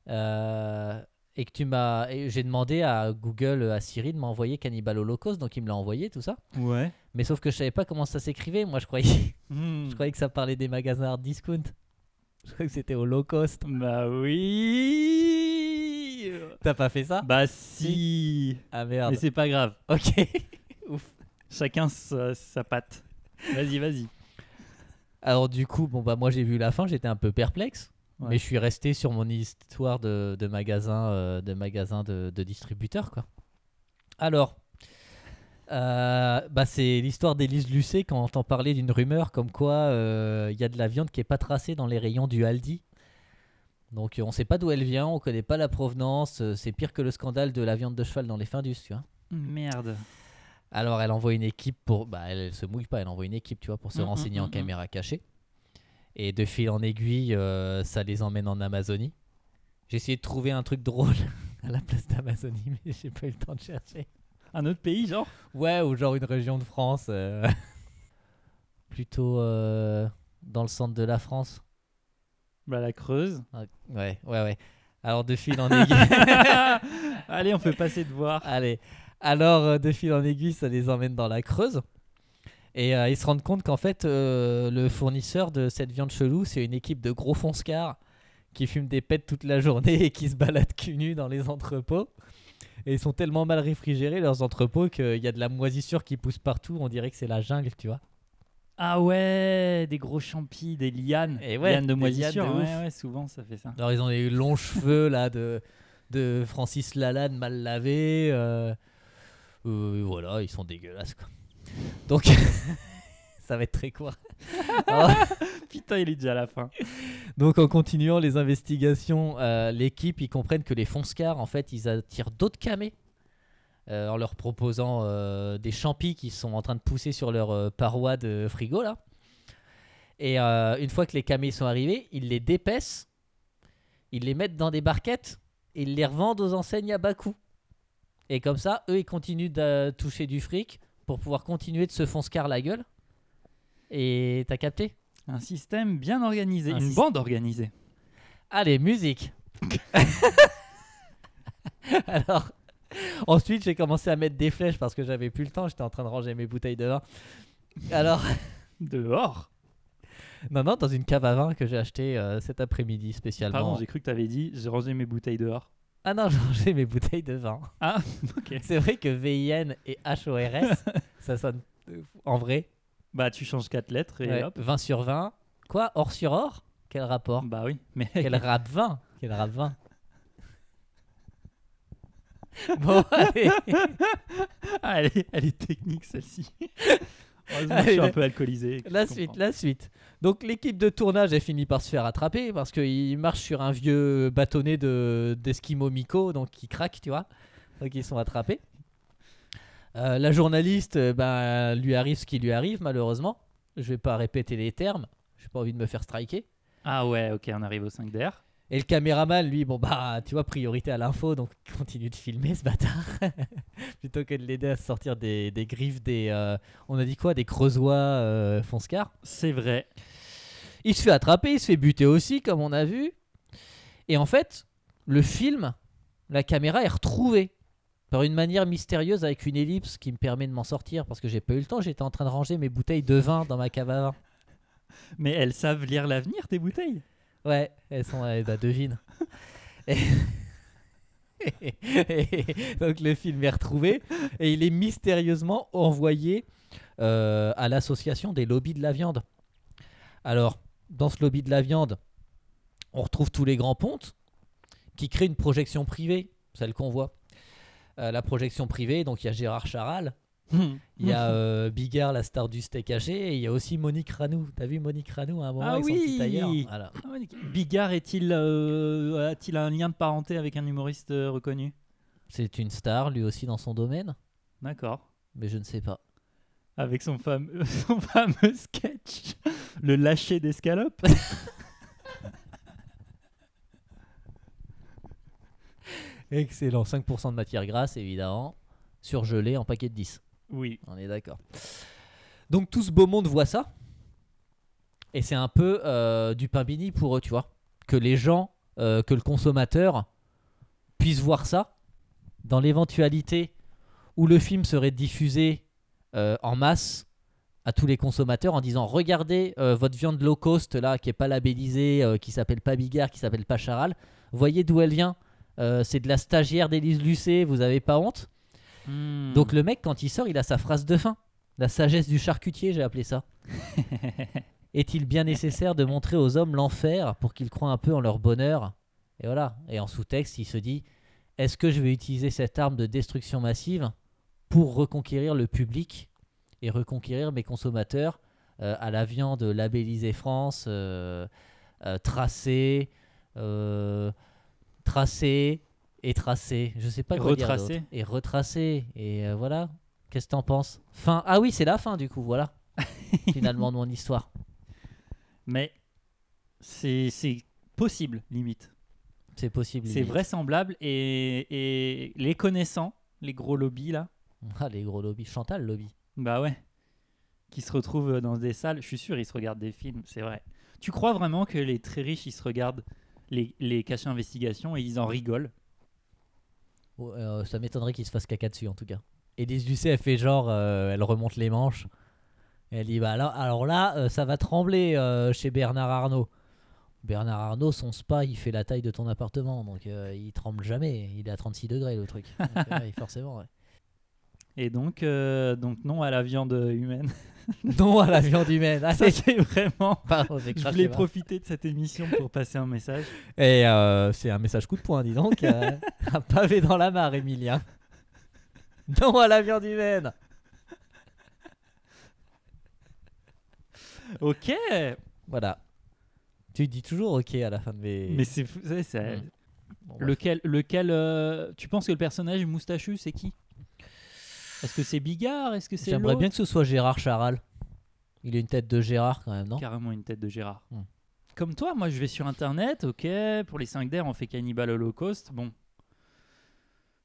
S1: euh, et que tu m'as, et j'ai demandé à Google, à Siri de m'envoyer Cannibal Holocaust, donc il me l'a envoyé, tout ça.
S2: Ouais.
S1: Mais sauf que je savais pas comment ça s'écrivait. Moi, je croyais,
S2: Hmm.
S1: je croyais que ça parlait des magasins hard discount. Je croyais que c'était Holocaust.
S2: Bah oui.
S1: T'as pas fait ça
S2: Bah si.
S1: Ah
S2: Mais
S1: merde.
S2: c'est pas grave.
S1: Ok.
S2: Chacun sa, sa patte. Vas-y, vas-y.
S1: Alors du coup, bon bah moi j'ai vu la fin, j'étais un peu perplexe,
S2: Ouais.
S1: mais je suis resté sur mon histoire de, de magasin, euh, de magasin de, de distributeur quoi. Alors, euh, bah c'est l'histoire d'Élise Lucet quand on entend parler d'une rumeur comme quoi euh, il y a de la viande qui est pas tracée dans les rayons du Aldi. Donc euh, on sait pas d'où elle vient, on connaît pas la provenance, euh, c'est pire que le scandale de la viande de cheval dans les Findus, tu vois.
S2: Merde.
S1: Alors elle envoie une équipe pour... Bah elle, elle se mouille pas, elle envoie une équipe, tu vois, pour se
S2: Mm, mm,
S1: renseigner en
S2: mm, mm.
S1: caméra cachée. Et de fil en aiguille, euh, ça les emmène en Amazonie. J'ai essayé de trouver un truc drôle à la place d'Amazonie, mais j'ai pas eu le temps de chercher.
S2: Un autre pays, genre
S1: Ouais, ou genre une région de France. euh, Plutôt euh, dans le centre de la France.
S2: Bah la Creuse.
S1: Ah, Ouais, ouais, ouais. Alors de fil en aiguille...
S2: Allez, on fait passer de voir.
S1: Allez, alors euh, de fil en aiguille, ça les emmène dans la Creuse. Et euh, ils se rendent compte qu'en fait, euh, le fournisseur de cette viande chelou, c'est une équipe de gros foncecards qui fument des pets toute la journée et qui se baladent cul nu dans les entrepôts. Et ils sont tellement mal réfrigérés, leurs entrepôts, qu'il y a de la moisissure qui pousse partout. On dirait que c'est la jungle, tu vois.
S2: Ah ouais, des gros champis, des lianes.
S1: Et ouais,
S2: lianes de
S1: des
S2: moisissure.
S1: lianes de
S2: ouais,
S1: ouf.
S2: ouais, souvent ça fait ça.
S1: Alors, ils ont les longs cheveux là de, de Francis Lalanne mal lavé. euh, euh, voilà, ils sont dégueulasses quoi. Donc, ça va être très court. Alors,
S2: Putain, il est déjà à la fin.
S1: donc, en continuant les investigations, euh, l'équipe ils comprennent que les Fonscars en fait ils attirent d'autres camés. euh, en leur proposant euh, des champis qui sont en train de pousser sur leur euh, paroi de frigo là. Et euh, une fois que les camés sont arrivés, ils les dépaissent, ils les mettent dans des barquettes et ils les revendent aux enseignes à bas coût. Et comme ça, eux, ils continuent de toucher du fric pour pouvoir continuer de se foncer la gueule. Et t'as capté
S2: Un système bien organisé.
S1: Un
S2: une
S1: syst-
S2: bande organisée.
S1: Allez, musique Alors, ensuite j'ai commencé à mettre des flèches parce que j'avais plus le temps, j'étais en train de ranger mes bouteilles de vin. Alors,
S2: Dehors.
S1: non, non, dans une cave à vin que j'ai achetée euh, cet après-midi spécialement.
S2: Pardon, j'ai cru que t'avais dit j'ai rangé mes bouteilles dehors.
S1: Ah non, j'ai rangé mes bouteilles de vin.
S2: Ah, ok.
S1: C'est vrai que VIN et HORS, ça sonne euh, en vrai.
S2: Bah tu changes quatre lettres et
S1: Ouais,
S2: hop.
S1: 20 sur 20. Quoi Or sur or Quel rapport
S2: Bah oui, mais
S1: Quel rap 20 Quel rap 20 Bon, allez,
S2: Ah, elle, est, elle est technique celle-ci. Heureusement que je
S1: Allez,
S2: suis un
S1: la-
S2: peu alcoolisé. et que
S1: la
S2: je
S1: suite,
S2: comprends.
S1: la suite. Donc l'équipe de tournage a fini par se faire attraper parce qu'il marche sur un vieux bâtonnet de- d'Eskimo Miko, donc il craque, tu vois. Donc ils sont attrapés. Euh, la journaliste, euh, bah, lui arrive ce qui lui arrive, malheureusement. Je vais pas répéter les termes, j'ai pas envie de me faire striker.
S2: Ah ouais, ok, on arrive au 5 DR.
S1: Et le caméraman, lui, bon bah, tu vois, priorité à l'info, donc il continue de filmer ce bâtard. Plutôt que de l'aider à sortir des, des griffes des. euh, on a dit quoi Des creusois euh, Fonscar.
S2: C'est vrai.
S1: Il se fait attraper, il se fait buter aussi, comme on a vu. Et en fait, le film, la caméra est retrouvée par une manière mystérieuse avec une ellipse qui me permet de m'en sortir parce que j'ai pas eu le temps, j'étais en train de ranger mes bouteilles de vin dans ma cave à vin.
S2: Mais elles savent lire l'avenir, tes bouteilles.
S1: Ouais, elles sont. euh, bah, devine. Et- Donc le film est retrouvé et il est mystérieusement envoyé euh, à l'association des lobbies de la viande. Alors, dans ce lobby de la viande, on retrouve tous les grands pontes qui créent une projection privée, celle qu'on voit. Euh, la projection privée, donc il y a Gérard Charal,
S2: Hmm.
S1: il y
S2: Mhm.
S1: a euh, Bigard, la star du steak haché, et il y a aussi Monique Ranou. T'as vu Monique Ranou à un moment
S2: Ah
S1: avec son petit tailleur
S2: oui
S1: Voilà.
S2: Ah ouais, nickel. Bigard est-il euh, a-t-il un lien de parenté avec un humoriste euh, reconnu
S1: C'est une star, lui aussi, dans son domaine,
S2: D'accord.
S1: mais je ne sais pas.
S2: Avec son fameux, son fameux sketch, le lâcher d'escalope.
S1: Excellent. 5% de matière grasse, évidemment, surgelée en paquet de 10.
S2: Oui.
S1: On est d'accord. Donc tout ce beau monde voit ça. Et c'est un peu euh, du pain béni pour eux, tu vois. Que les gens, euh, que le consommateur puisse voir ça. Dans l'éventualité où le film serait diffusé euh, en masse à tous les consommateurs en disant regardez euh, votre viande low cost là qui est pas labellisée, euh, qui s'appelle pas Bigard, qui s'appelle pas Charal, voyez d'où elle vient. Euh, c'est de la stagiaire d'Élise Lucet, vous avez pas honte
S2: Hmm.
S1: donc le mec, quand il sort, il a sa phrase de fin. La sagesse du charcutier, j'ai appelé ça. Est-il bien nécessaire de montrer aux hommes l'enfer pour qu'ils croient un peu en leur bonheur Et voilà. Et en sous-texte, il se dit est-ce que je vais utiliser cette arme de destruction massive pour reconquérir le public et reconquérir mes consommateurs euh, à la viande labellisée France, euh, euh, tracée, euh, tracée et tracée. Je sais pas quoi dire
S2: Retracée.
S1: d'autre. Et retracée. Et euh, voilà. Qu'est-ce que t'en penses Fin. Ah oui, c'est la fin du coup. Voilà. Finalement de mon histoire.
S2: Mais c'est c'est possible, limite.
S1: C'est possible.
S2: C'est
S1: limite.
S2: vraisemblable et, et les connaissants, les gros lobbies là,
S1: Ah les gros lobbies. Chantal lobby.
S2: bah ouais, qui se retrouvent euh, dans des salles, je suis sûr ils se regardent des films, c'est vrai. Tu crois vraiment que les très riches ils se regardent les, les cachets investigations et ils en rigolent
S1: Ouais, euh, ça m'étonnerait qu'il se fasse caca dessus en tout cas. Et les UC, elle fait genre, euh, elle remonte les manches. Et elle dit, bah là, alors là, euh, ça va trembler euh, chez Bernard Arnault. Bernard Arnault, son spa, il fait la taille de ton appartement, donc euh, il tremble jamais. Il est à 36 degrés le truc. Donc, euh, ouais, forcément, ouais.
S2: Et donc, euh, donc non à la viande humaine.
S1: Non à la viande humaine.
S2: Ça
S1: Allez,
S2: c'est vraiment.
S1: pardon, j'ai
S2: Je
S1: craqué,
S2: voulais
S1: va.
S2: profiter de cette émission pour passer un message.
S1: Et euh, c'est un message coup de poing, dis donc. euh, un pavé dans la mare, Emilien. Non à la viande humaine.
S2: Ok,
S1: Voilà. Tu dis toujours ok à la fin de mes.
S2: mais c'est fou, c'est- c'est-
S1: Mm. Bon, bref.
S2: Lequel, lequel euh, tu penses que le personnage moustachu, c'est qui Est-ce que c'est Bigard Est-ce que c'est
S1: J'aimerais
S2: l'autre
S1: bien que ce soit Gérard Charal. Il a une tête de Gérard quand même, non
S2: Carrément une tête de Gérard.
S1: Mm.
S2: Comme toi, moi, je vais sur Internet, ok, pour les 5 d'air, on fait Cannibal Holocaust, bon.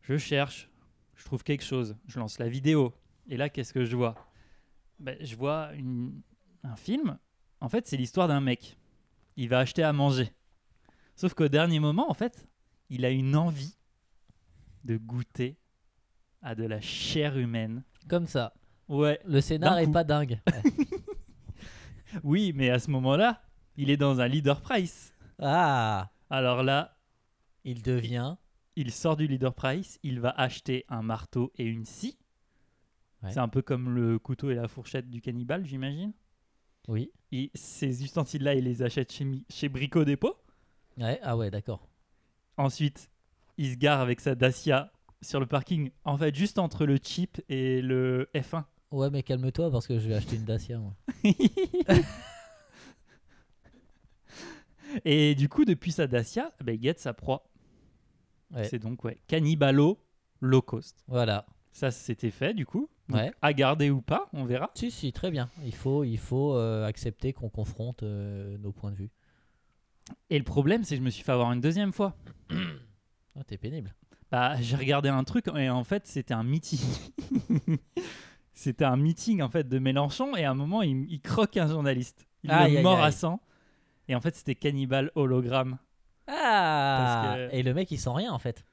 S2: Je cherche, je trouve quelque chose, je lance la vidéo, et là, qu'est-ce que je vois Ben, Je vois une- un film, en fait, c'est l'histoire d'un mec. Il va acheter à manger. Sauf qu'au dernier moment, en fait, il a une envie de goûter à de la chair humaine.
S1: Comme ça.
S2: Ouais,
S1: Le scénar
S2: D'un
S1: est
S2: coup.
S1: pas dingue. Ouais.
S2: oui, mais à ce moment-là, il est dans un leader price.
S1: ah
S2: Alors là,
S1: Il devient.
S2: il sort du leader price, il va acheter un marteau et une scie.
S1: Ouais.
S2: C'est un peu comme le couteau et la fourchette du cannibale, j'imagine.
S1: Oui.
S2: Et ces ustensiles-là, il les achète chez, Mi- chez Brico Dépôt.
S1: Ouais, ah ouais, d'accord.
S2: Ensuite, il se gare avec sa Dacia sur le parking. En fait, juste entre le Jeep et le F1.
S1: Ouais, mais calme-toi parce que je vais acheter une Dacia. moi.
S2: et du coup, depuis sa Dacia, ben, il guette sa proie.
S1: Ouais.
S2: C'est donc, ouais, cannibalo low cost.
S1: Voilà.
S2: Ça, c'était fait, du coup. Donc,
S1: Ouais.
S2: À garder ou pas, on verra.
S1: Si, si, très bien. Il faut, il faut euh, accepter qu'on confronte euh, nos points de vue.
S2: Et le problème, c'est que je me suis fait avoir une deuxième fois.
S1: Ah, t'es pénible.
S2: Bah, j'ai regardé un truc et en fait, c'était un meeting. c'était un meeting en fait de Mélenchon et à un moment, il, il croque un journaliste. Il
S1: Aïe,
S2: le
S1: aïe,
S2: mord à
S1: aïe.
S2: 100. Et en fait, c'était cannibale hologramme.
S1: Ah
S2: Parce que-
S1: Et le mec, il sent rien en fait,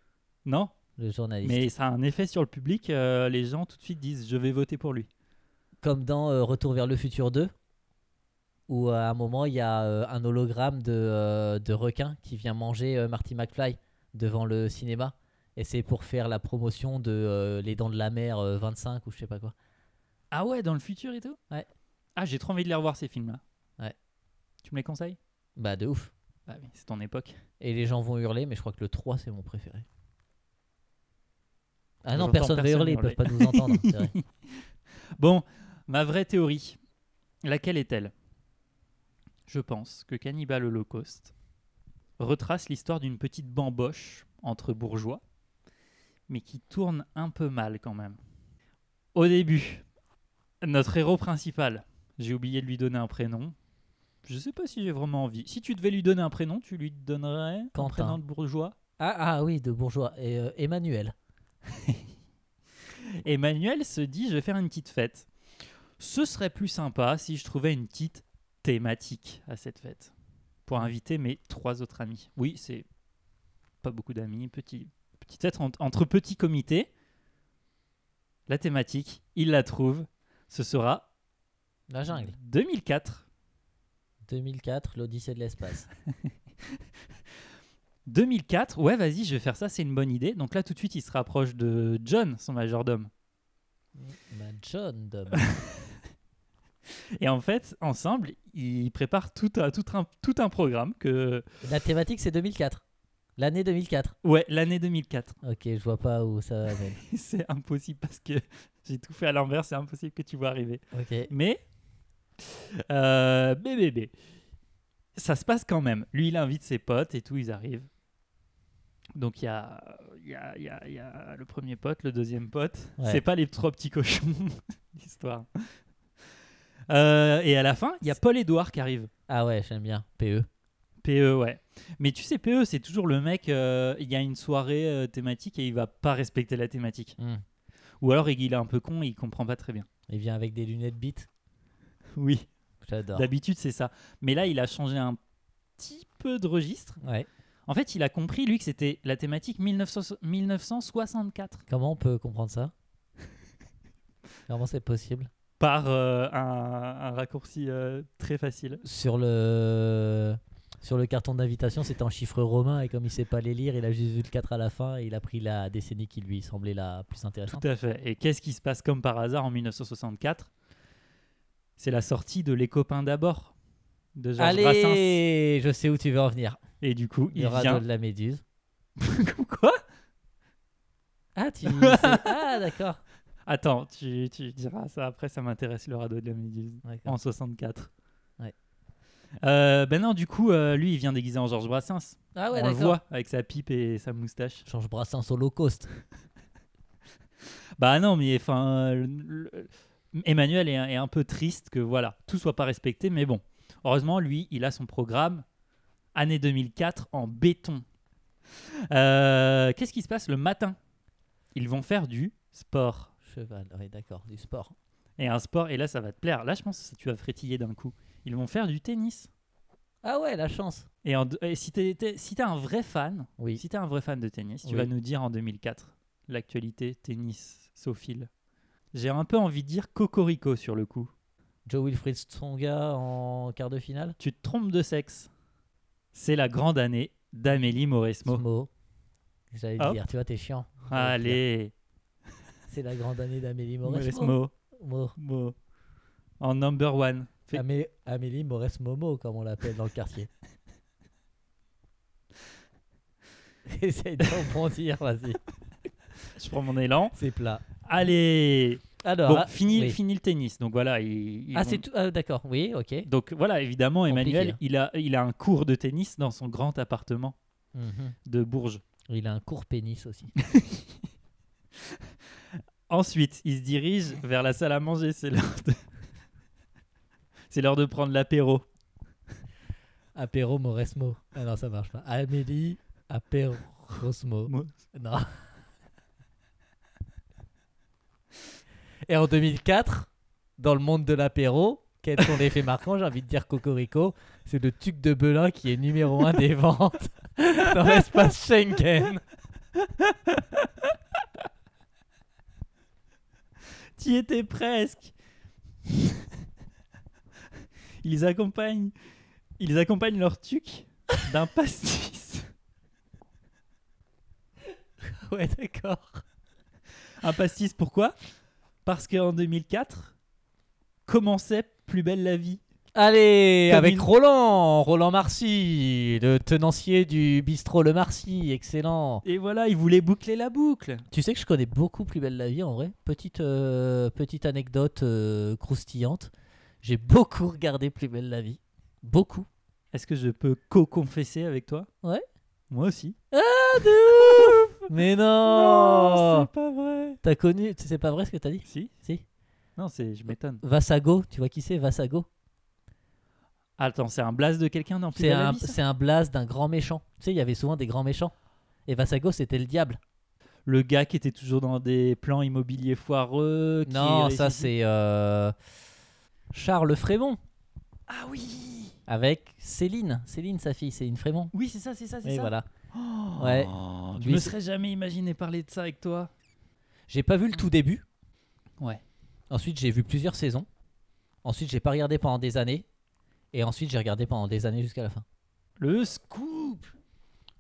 S2: Non,
S1: le journaliste.
S2: mais ça a un effet sur le public. euh, les gens tout de suite disent je vais voter pour lui.
S1: comme dans euh, Retour vers le futur 2, où euh, à un moment il y a euh, un hologramme de, euh, de requin qui vient manger euh, Marty McFly devant le cinéma. Et c'est pour faire la promotion de euh, Les Dents de la Mer euh, 25 ou je sais pas quoi.
S2: Ah ouais, dans le futur et tout
S1: Ouais.
S2: Ah, j'ai trop envie de les revoir ces films-là.
S1: Ouais.
S2: Tu me les conseilles
S1: Bah de ouf.
S2: Bah oui, c'est ton époque.
S1: Et les gens vont hurler, mais je crois que le 3 c'est mon préféré. Ah non,
S2: J'entends
S1: personne va
S2: personne
S1: hurler, ils
S2: hurler.
S1: peuvent pas nous entendre. c'est vrai.
S2: Bon, ma vraie théorie, laquelle est-elle Je pense que Cannibal Holocaust retrace l'histoire d'une petite bamboche entre bourgeois, mais qui tourne un peu mal quand même. Au début, notre héros principal, j'ai oublié de lui donner un prénom. Je sais pas si j'ai vraiment envie. Si tu devais lui donner un prénom, tu lui donnerais un
S1: Quentin.
S2: prénom de bourgeois
S1: Ah, ah oui, de bourgeois. Et, euh, Emmanuel.
S2: Et Manuel se dit je vais faire une petite fête. Ce serait plus sympa si je trouvais une petite thématique à cette fête pour inviter mes trois autres amis. Oui, c'est pas beaucoup d'amis, petit, petite fête entre, entre petits comités. La thématique, il la trouve. Ce sera
S1: La jungle.
S2: 2004. Mm.
S1: 2004, l'Odyssée de l'espace.
S2: 2004, ouais, vas-y, je vais faire ça, c'est une bonne idée. Donc là, tout de suite, il se rapproche de John, son majordome.
S1: Ma John Dom.
S2: Et en fait, ensemble, ils préparent tout un, tout un, tout un programme que.
S1: La thématique, c'est 2004. L'année 2004.
S2: Ouais, l'année 2004.
S1: Ok, je vois pas où ça amène.
S2: c'est impossible parce que j'ai tout fait à l'envers, c'est impossible que tu vois arriver.
S1: Ok.
S2: Mais. Euh, BBB. Ça se passe quand même. Lui, il invite ses potes et tout, ils arrivent. Donc, il y a, il y, a, il y a- il y a le premier pote, le deuxième pote.
S1: Ouais.
S2: C'est pas les trois petits cochons, l'histoire. Euh, et à la fin, il y a Paul-Édouard qui arrive.
S1: Ah ouais, j'aime bien. PE.
S2: PE, ouais. Mais tu sais, PE, c'est toujours le mec, euh, il y a une soirée euh, thématique et il va pas respecter la thématique.
S1: Hmm.
S2: Ou alors, il est un peu con et il comprend pas très bien.
S1: Il vient avec des lunettes bite.
S2: Oui.
S1: J'adore.
S2: D'habitude, c'est ça. Mais là, il a changé un petit peu de registre.
S1: Ouais.
S2: En fait, il a compris, lui, que c'était la thématique 1900 1964
S1: Comment on peut comprendre ça Comment c'est possible
S2: par euh, un, un raccourci euh, très facile.
S1: Sur le sur le carton d'invitation, c'était en chiffres romains et comme il sait pas les lire, il a juste vu le 4 à la fin et il a pris la décennie qui lui semblait la plus intéressante.
S2: Tout à fait. Et qu'est-ce qui se passe comme par hasard en 1964 C'est la sortie de Les copains d'abord de Georges Brassens.
S1: Allez, je sais où tu veux en venir.
S2: Et du coup, il
S1: Le radeau
S2: vient.
S1: de la méduse.
S2: Quoi
S1: Ah, tu c'est- Ah, d'accord.
S2: Attends, tu, tu diras ça après, ça m'intéresse le radeau de la Méduse.
S1: D'accord.
S2: En 64.
S1: Ouais.
S2: Euh, ben non, du coup, euh, lui, il vient déguisé en Georges Brassens.
S1: Ah ouais,
S2: On le
S1: d'accord.
S2: voit avec sa pipe et sa moustache.
S1: Change Brassens Holocauste.
S2: Bah non, mais enfin, euh, le- le- Emmanuel est, un- est un peu triste que voilà, tout soit pas respecté, mais bon. Heureusement, lui, il a son programme année 2004 en béton. Euh, Qu'est-ce qui se passe le matin Ils vont faire du sport.
S1: Cheval, ouais, d'accord, du sport.
S2: Et un sport, et là, ça va te plaire. Là, je pense que tu vas frétiller d'un coup. Ils vont faire du tennis.
S1: Ah ouais, la chance.
S2: Et, en- et si t'es t'es- si t'es un vrai fan,
S1: Oui.
S2: si t'es un vrai fan de tennis, tu
S1: Oui.
S2: vas nous dire en 2004 l'actualité tennis sophile. J'ai un peu envie de dire cocorico sur le coup.
S1: Joe Wilfried Tsonga en quart de finale.
S2: Tu te trompes de sexe. C'est la grande année d'Amélie Mauresmo.
S1: Smo. J'allais le
S2: Hop.
S1: dire, tu vois, t'es chiant.
S2: Allez,
S1: C'est la grande année d'Amélie Mauresmo.
S2: Mauresmo.
S1: Mo.
S2: Mo. En number one. Fais-
S1: Amé- Amélie Mauresmo, comme on l'appelle dans le quartier. Essaye de rebondir, vas-y.
S2: Je prends mon élan.
S1: C'est plat.
S2: Allez.
S1: Alors,
S2: Bon,
S1: ah,
S2: fini,
S1: oui.
S2: fini le tennis. Donc voilà. ils- ils
S1: Ah,
S2: vont-
S1: c'est tout. ah, d'accord, oui, ok.
S2: Donc voilà, évidemment,
S1: Compliqué,
S2: Emmanuel,
S1: hein.
S2: il a, il a un cours de tennis dans son grand appartement
S1: Mhm.
S2: de Bourges.
S1: Il a un court pénis aussi.
S2: Ensuite, il se dirige vers la salle à manger. C'est l'heure de... C'est l'heure de prendre l'apéro.
S1: Apéro Mauresmo. Ah non, ça marche pas. Amélie Apéro Rosmo.
S2: Mo-
S1: Non. Et en 2004, dans le monde de l'apéro, quel est ton effet marquant J'ai envie de dire Cocorico. C'est le tuc de Belin qui est numéro un des ventes dans l'espace Schengen.
S2: T'y étais presque. Ils accompagnent, ils accompagnent leur tuc d'un pastis.
S1: Ouais, d'accord.
S2: Un pastis, pourquoi Parce qu'en 2004, commençait Plus belle la vie.
S1: Allez,
S2: Comme
S1: avec
S2: une-
S1: Roland, Roland Marcy, le tenancier du bistrot Le Marcy, excellent.
S2: Et voilà, ils voulaient boucler la boucle.
S1: Tu sais que je connais beaucoup Plus Belle la Vie en vrai. Petite, euh, petite anecdote euh, croustillante. J'ai beaucoup regardé Plus Belle la Vie. Beaucoup.
S2: Est-ce que je peux co-confesser avec toi
S1: Ouais.
S2: Moi aussi.
S1: Ah, de ouf Mais non,
S2: c'est pas vrai.
S1: T'as connu, c'est pas vrai ce que t'as dit
S2: Si.
S1: Si.
S2: Non, c'est, je m'étonne.
S1: Vassago, tu vois qui c'est Vassago
S2: Attends, c'est un blast de quelqu'un dans Plus
S1: C'est
S2: belle la
S1: un,
S2: vie, ça
S1: c'est un blase d'un grand méchant. Tu sais, il y avait souvent des grands méchants. Et Vassago, c'était le diable.
S2: le gars qui était toujours dans des plans immobiliers foireux. qui
S1: Non, ça
S2: résidait-
S1: c'est euh, Charles Frémont
S2: Ah oui
S1: avec Céline, Céline sa fille, Céline Frémont.
S2: Oui, c'est ça, c'est ça, c'est
S1: Et
S2: ça.
S1: voilà.
S2: Oh,
S1: Ouais.
S2: je
S1: Lui,
S2: me
S1: c'est-
S2: serais jamais imaginé parler de ça avec toi.
S1: J'ai pas vu le tout début.
S2: Ouais.
S1: Ensuite, j'ai vu plusieurs saisons. Ensuite, j'ai pas regardé pendant des années. Et ensuite, j'ai regardé pendant des années jusqu'à la fin.
S2: Le scoop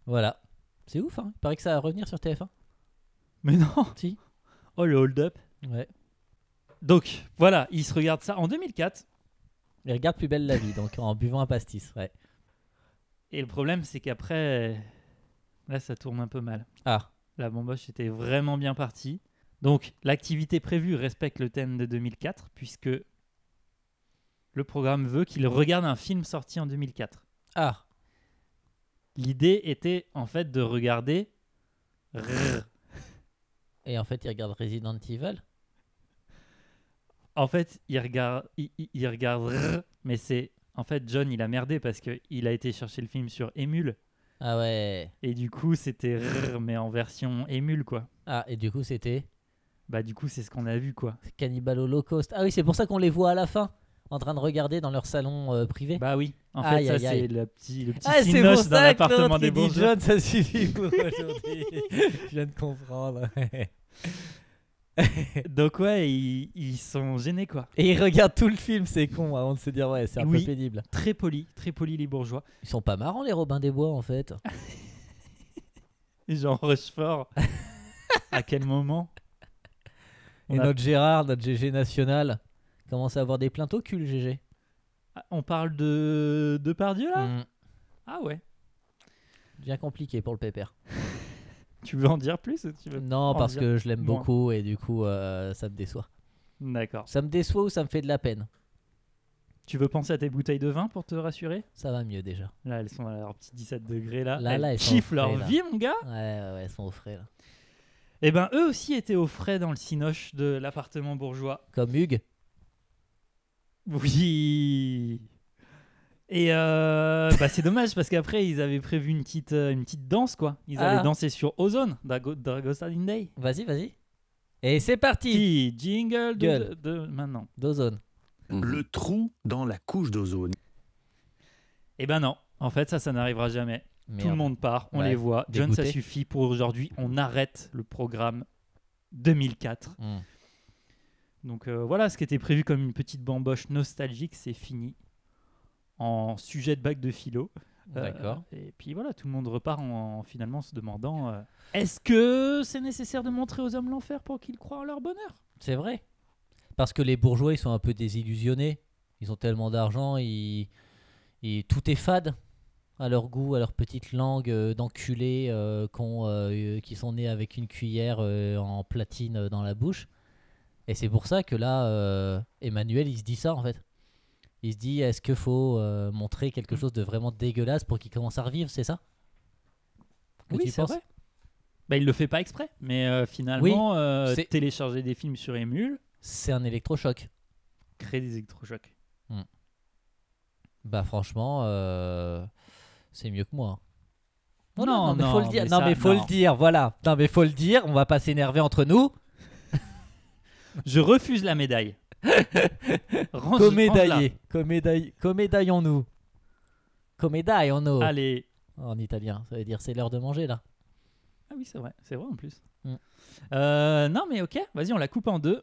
S1: Voilà. C'est ouf, hein. Il paraît que ça va revenir sur TF1.
S2: Mais non
S1: Si.
S2: Oh, le hold-up.
S1: Ouais.
S2: Donc, voilà, il se regarde ça en 2004.
S1: Il regarde plus belle la vie, donc en buvant un pastis. Ouais.
S2: Et le problème, c'est qu'après, là, ça tourne un peu mal.
S1: Ah.
S2: La bomboche était vraiment bien partie. Donc, l'activité prévue respecte le thème de 2004, puisque le programme veut qu'il regarde un film sorti en 2004.
S1: Ah.
S2: L'idée était, en fait, de regarder... Rrr.
S1: Et en fait, il regarde Resident Evil.
S2: En fait, il regarde... Il, il- il regarde... Rrr, mais c'est... En fait, John, il a merdé parce qu'il a été chercher le film sur Emule.
S1: Ah ouais.
S2: Et du coup, c'était Rrr, mais en version émule, quoi.
S1: Ah, et du coup, c'était
S2: Bah, du coup, c'est ce qu'on a vu, quoi.
S1: Cannibal Holocaust. Ah oui, c'est pour ça qu'on les voit à la fin, en train de regarder dans leur salon euh, privé.
S2: Bah oui. En
S1: Aïe,
S2: fait,
S1: aïe,
S2: ça,
S1: aïe.
S2: c'est le petit, le petit
S1: ah, c'est pour
S2: cinoche dans
S1: ça que
S2: l'appartement
S1: l'autre,
S2: des
S1: il dit
S2: bourgeois.
S1: John, ça suffit pour aujourd'hui. Je viens de comprendre.
S2: Donc, ouais, ils, ils sont gênés, quoi.
S1: Et ils regardent tout le film, c'est con, avant de se dire, ouais, c'est un
S2: Oui.
S1: peu pénible.
S2: Très polis, très polis, les bourgeois.
S1: Ils sont pas marrants, les Robins des Bois, en fait.
S2: Et Jean Rochefort, à quel moment
S1: Et
S2: On a-
S1: notre Gérard, notre GG national, commence à avoir des plaintes au cul, GG.
S2: Ah, On parle de... de Pardieu, là
S1: Mm.
S2: Ah ouais.
S1: Bien compliqué pour le pépère.
S2: Tu veux en dire plus ou tu veux...
S1: Non,
S2: en
S1: parce
S2: dire
S1: que je l'aime
S2: moins.
S1: beaucoup et du coup, euh, ça me déçoit.
S2: Mm, D'accord.
S1: Ça me déçoit ou ça me fait de la peine
S2: Tu veux penser à tes bouteilles de vin pour te rassurer
S1: Ça va mieux déjà.
S2: Là, elles sont à leur petit 17 degrés, là.
S1: Là,
S2: elles,
S1: là, elles sont
S2: kiffent leur
S1: frais, là.
S2: vie, mon gars
S1: Ouais, ouais, ouais, elles sont au frais là.
S2: Eh ben, eux aussi étaient au frais dans le cinoche de l'appartement bourgeois.
S1: Comme Hugues.
S2: Oui. Et euh, bah, c'est dommage parce qu'après ils avaient prévu une petite euh, une petite danse quoi. Ils
S1: Ah.
S2: allaient danser sur Ozone Drago, Dragostalin Day.
S1: Vas-y, vas-y. Et c'est parti
S2: Petit jingle de,
S1: Gueule.
S2: de- maintenant.
S1: D'ozone.
S7: Le trou dans la couche d'ozone.
S2: Eh ben non. En fait ça ça n'arrivera jamais. Tout le
S1: Merde. Bah,
S2: monde part, on
S1: Ouais,
S2: les voit. John ça
S1: dégoûté.
S2: suffit pour aujourd'hui. On arrête le programme 2004.
S1: Mm.
S2: Donc euh, voilà ce qui était prévu comme une petite bamboche nostalgique c'est fini. En sujet de bac de philo. Euh,
S1: D'accord.
S2: et puis voilà, tout le monde repart en, en finalement se demandant euh, est-ce que c'est nécessaire de montrer aux hommes l'enfer pour qu'ils croient en leur bonheur
S1: C'est vrai. Parce que les bourgeois, ils sont un peu désillusionnés. Ils ont tellement d'argent, ils... ils- tout est fade à leur goût, à leur petite langue euh, d'enculés euh, qu'on, euh, euh, qui sont nés avec une cuillère euh, en platine euh, dans la bouche. Et c'est pour ça que là, euh, Emmanuel, il se dit ça en fait. Il se dit, est-ce qu'il faut euh, montrer quelque chose de vraiment dégueulasse pour qu'ils commencent à revivre, c'est ça Que tu penses
S2: Bah, il le fait pas exprès, mais euh, finalement, euh,
S1: c'est-
S2: télécharger des films sur Emule
S1: C'est un électrochoc.
S2: crée des électrochocs.
S1: Bah franchement, euh, c'est mieux que moi.
S2: Non,
S1: mais
S2: non,
S1: faut le dire.
S2: mais
S1: non,
S2: ça,
S1: mais faut
S2: non.
S1: le dire. Voilà. Non, mais faut le dire. On va pas s'énerver entre nous.
S2: Je refuse la médaille. Range- range-la.
S1: Comédaillé, comédaille, comédaillons-nous. Comédaillons-nous.
S2: Allez.
S1: En italien, ça veut dire c'est l'heure de manger là.
S2: Ah oui, c'est vrai, c'est vrai en plus.
S1: Mm.
S2: Euh, non, mais ok, vas-y, on la coupe en deux.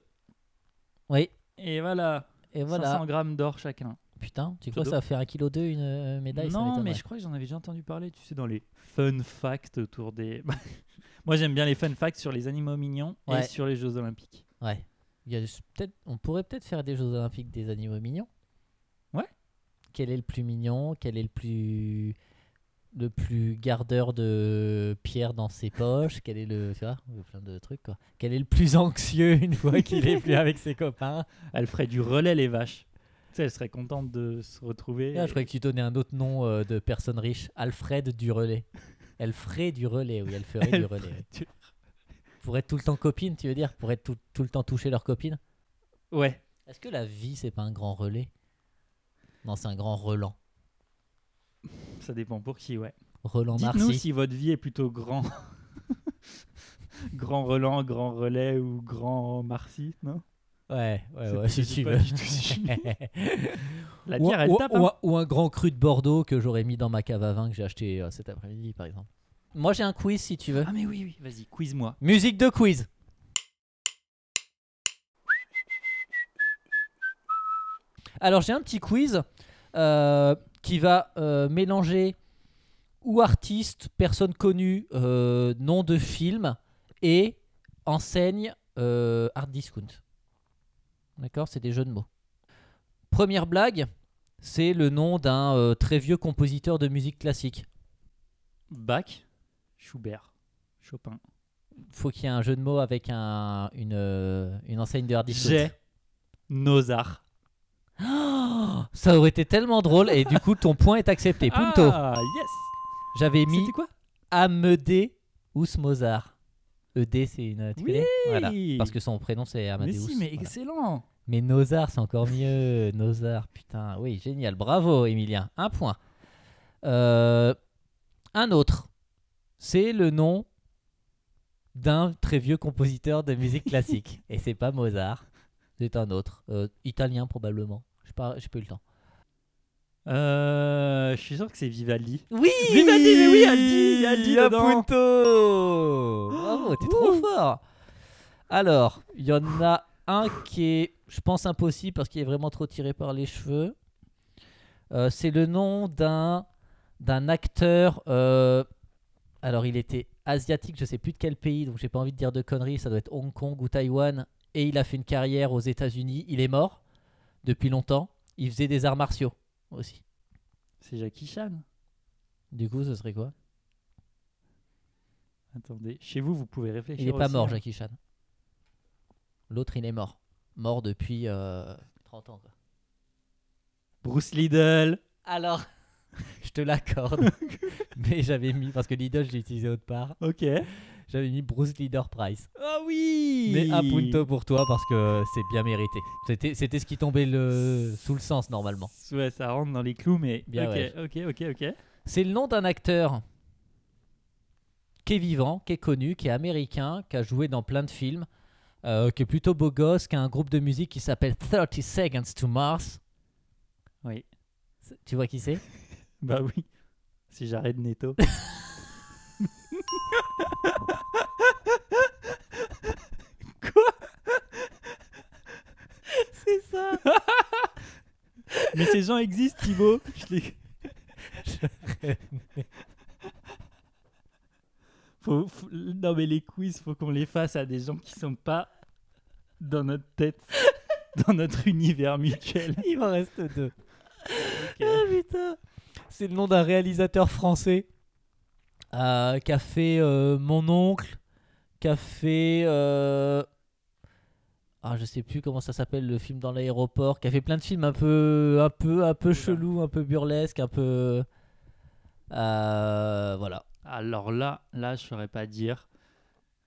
S1: Oui.
S2: Et voilà,
S1: Et voilà.
S2: 500 grammes d'or chacun.
S1: Putain, tu crois que ça
S2: Todo.
S1: fait un kilo deux une euh, médaille ça
S2: Non,
S1: m'étonnerait.
S2: mais je crois que j'en avais déjà entendu parler, tu sais, dans les fun facts autour des. Moi, j'aime bien les fun facts sur les animaux mignons et
S1: Ouais.
S2: sur les Jeux Olympiques.
S1: Ouais. Il y a peut-être, on pourrait peut-être faire des Jeux Olympiques des animaux mignons.
S2: Ouais.
S1: Quel est le plus mignon Quel est le plus le plus gardeur de pierres dans ses poches Quel est le tu vois euh, plein de trucs quoi. Quel est le plus anxieux une fois qu'il est plus avec ses copains
S2: Elle ferait du relais, les vaches. Tu sais, elle serait contente de se retrouver.
S1: Ah, Je croyais que tu donnais un autre nom euh, de personne riche. Alfred du relais. Elle ferait du relais oui, elle ferait du relais. oui.
S2: du-
S1: Pour être tout le temps copine, tu veux dire Pour être tout, tout le temps toucher leur copine
S2: Ouais.
S1: Est-ce que la vie, c'est pas un grand relais Non, c'est un grand relan.
S2: Ça dépend pour qui, ouais.
S1: Relan
S2: Dites-nous
S1: Marcy.
S2: si votre vie est plutôt grand. Grand Roland, Grand Relais ou Grand Marcy, non
S1: Ouais, ouais,
S2: C'est-
S1: ouais, si
S2: je sais
S1: tu
S2: pas
S1: veux.
S2: du tout si je La
S1: ou,
S2: bière, elle
S1: ou-
S2: tape.
S1: ou-
S2: hein.
S1: ou un grand cru de Bordeaux que j'aurais mis dans ma cave à vin que j'ai acheté euh, cet après-midi, par exemple. Moi, j'ai un quiz si tu veux.
S2: Ah, mais oui, oui, vas-y, quiz-moi.
S1: Musique de quiz. Alors j'ai un petit quiz euh, qui va euh, mélanger ou artistes, personnes connues, euh, nom de film et enseigne euh, hard discount. D'accord C'est des jeux de mots. Première blague, c'est le nom d'un euh, très vieux compositeur de musique classique.
S2: Bach, Schubert, Chopin.
S1: Faut qu'il y ait un jeu de mots avec un- une, euh, une enseigne de hard discount.
S2: J'ai Nozar.
S1: Ça aurait été tellement drôle et du coup ton point est accepté. Punto.
S2: Ah, yes
S1: J'avais mis
S2: C'était quoi
S1: Amédée Ous Mozart. ED E c'est une tu
S2: Oui.
S1: connais Voilà. Parce que son prénom c'est
S2: Mais
S1: Amadeus.
S2: si, mais
S1: Voilà.
S2: excellent
S1: Mais Nozar c'est encore mieux. Nozar, putain. Oui, génial. Bravo Emilien. Un point. Euh, un autre. C'est le nom d'un très vieux compositeur de musique classique. et c'est pas Mozart. C'est un autre. Euh, italien probablement. Je sais pas, j'ai pas eu le temps.
S2: Euh, je suis sûr que c'est Vivaldi.
S1: Oui
S2: Vivaldi, mais oui, Aldi, Aldi
S1: Ah,
S2: dedans.
S1: Punto Bravo, t'es trop fort Alors, il y en a un qui est, je pense, impossible parce qu'il est vraiment trop tiré par les cheveux. Euh, c'est le nom d'un d'un acteur. euh, alors, il était asiatique, je sais plus de quel pays, donc j'ai pas envie de dire de conneries. Ça doit être Hong Kong ou Taïwan. Et il a fait une carrière aux États-Unis. Il est mort depuis longtemps. Il faisait des arts martiaux aussi.
S2: C'est Jackie Chan.
S1: Du coup, ce serait quoi
S2: Attendez, chez vous, vous pouvez réfléchir.
S1: Il n'est pas
S2: aussi,
S1: mort,
S2: hein.
S1: Jackie Chan. L'autre, il est mort. Mort depuis euh, 30 ans. quoi.
S2: Bruce Liddell.
S1: Alors, je te l'accorde. mais j'avais mis, parce que Lidl, je l'ai utilisé autre part,
S2: Ok.
S1: j'avais mis Bruce Leader Price.
S2: Ah oui
S1: Mais un punto pour toi parce que c'est bien mérité. C'était, c'était ce qui tombait le, sous le sens normalement.
S2: Ouais, ça rentre dans les clous, mais.
S1: Bien,
S2: ok,
S1: ouais.
S2: ok, ok, ok.
S1: C'est le nom d'un acteur qui est vivant, qui est connu, qui est américain, qui a joué dans plein de films, euh, qui est plutôt beau gosse, qui a un groupe de musique qui s'appelle 30 Seconds to Mars.
S2: Oui.
S1: C'est- Tu vois qui c'est
S2: Bah oui. Si j'arrête Neto. Quoi
S1: C'est ça
S2: Mais ces gens existent, Thibaut. Je les- Faut- faut- Non, mais les quiz, faut qu'on les fasse à des gens qui sont pas dans notre tête, dans notre univers mutuel.
S1: Il m'en reste deux. Ah putain C'est le nom d'un réalisateur français euh, qui a fait euh, Mon oncle, qui a fait. euh, Ah, je sais plus comment ça s'appelle le film dans l'aéroport, qui a fait plein de films un peu, un peu, un peu chelou, un peu burlesque, un peu. Euh, voilà,
S2: Alors là, là, je saurais pas dire.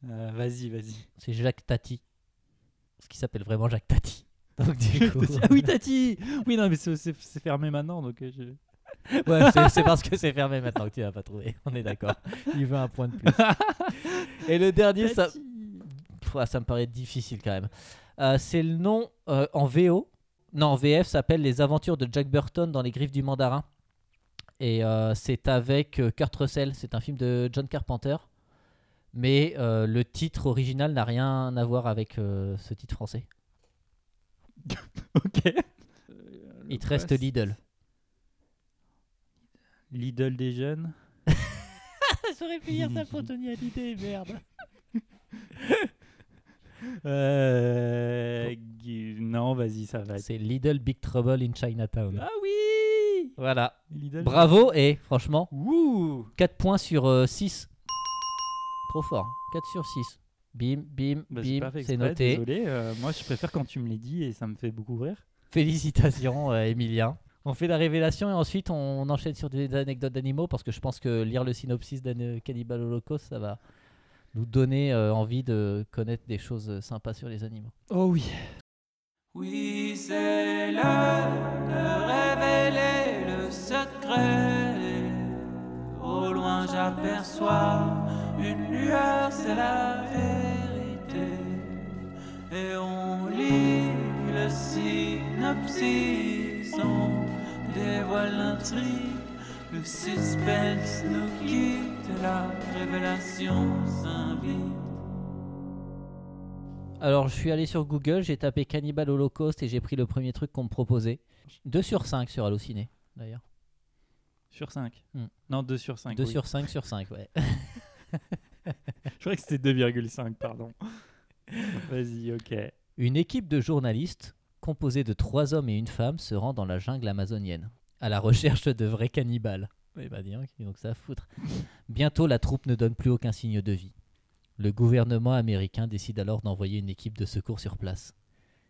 S2: Euh, vas-y, vas-y.
S1: c'est Jacques Tati. Ce qui s'appelle vraiment Jacques Tati. Donc du coup.
S2: Ah oui, Tati Oui, non, mais c'est, c'est- c'est fermé maintenant, donc euh, je...
S1: Ouais, c'est- c'est parce que c'est fermé maintenant que tu l'as pas trouvé. On est d'accord. Il veut un point de plus. Et le dernier, ça, Pff, ah, ça me paraît difficile quand même. Euh, c'est le nom euh, en VO. Non, en VF, ça s'appelle Les Aventures de Jack Burton dans les griffes du mandarin. Et euh, c'est avec euh, Kurt Russell. C'est un film de John Carpenter. Mais euh, le titre original n'a rien à voir avec euh, ce titre français.
S2: Ok. Euh,
S1: Il te reste Lidl.
S2: Lidl des jeunes.
S1: J'aurais pu dire ça pour Tony Hallyday, merde.
S2: Euh... Gu- Non, vas-y, ça va.
S1: C'est Lidl Big Trouble in Chinatown.
S2: Ah oui
S1: Voilà.
S2: Lidl.
S1: Bravo et franchement,
S2: Ouh
S1: 4 points sur 6. Trop fort. 4 sur 6. Bim, bim,
S2: Bah, j'ai
S1: bim,
S2: pas fait
S1: c'est
S2: exprès,
S1: noté.
S2: Désolé, euh, moi je préfère quand tu me les dis et ça me fait beaucoup rire.
S1: Félicitations, euh, Emilien. On fait la révélation et ensuite on enchaîne sur des anecdotes d'animaux parce que je pense que lire le synopsis d'un Cannibal Holocaust, ça va nous donner euh, envie de connaître des choses euh, sympas sur les animaux.
S2: Oh oui.
S6: Oui, c'est l'heure de révéler le secret. Au loin, j'aperçois une lueur s'élaver. saison dévoile l'intrigue. Le suspense nous quitte, la révélation s'invite.
S1: Alors, je suis allé sur Google, j'ai tapé Cannibal Holocaust et j'ai pris le premier truc qu'on me proposait. 2 sur 5 sur Allociné, d'ailleurs.
S2: Sur 5.
S1: Hmm.
S2: Non, 2 sur 5.
S1: 2 sur 5 sur 5, ouais.
S2: Je croyais que c'était 2,5, pardon. Vas-y, ok.
S1: Une équipe de journalistes, composée de trois hommes et une femme, se rend dans la jungle amazonienne, à la recherche de vrais cannibales. Eh ben dis donc, ils ont que ça à foutre. Bientôt, la troupe ne donne plus aucun signe de vie. Le gouvernement américain décide alors d'envoyer une équipe de secours sur place.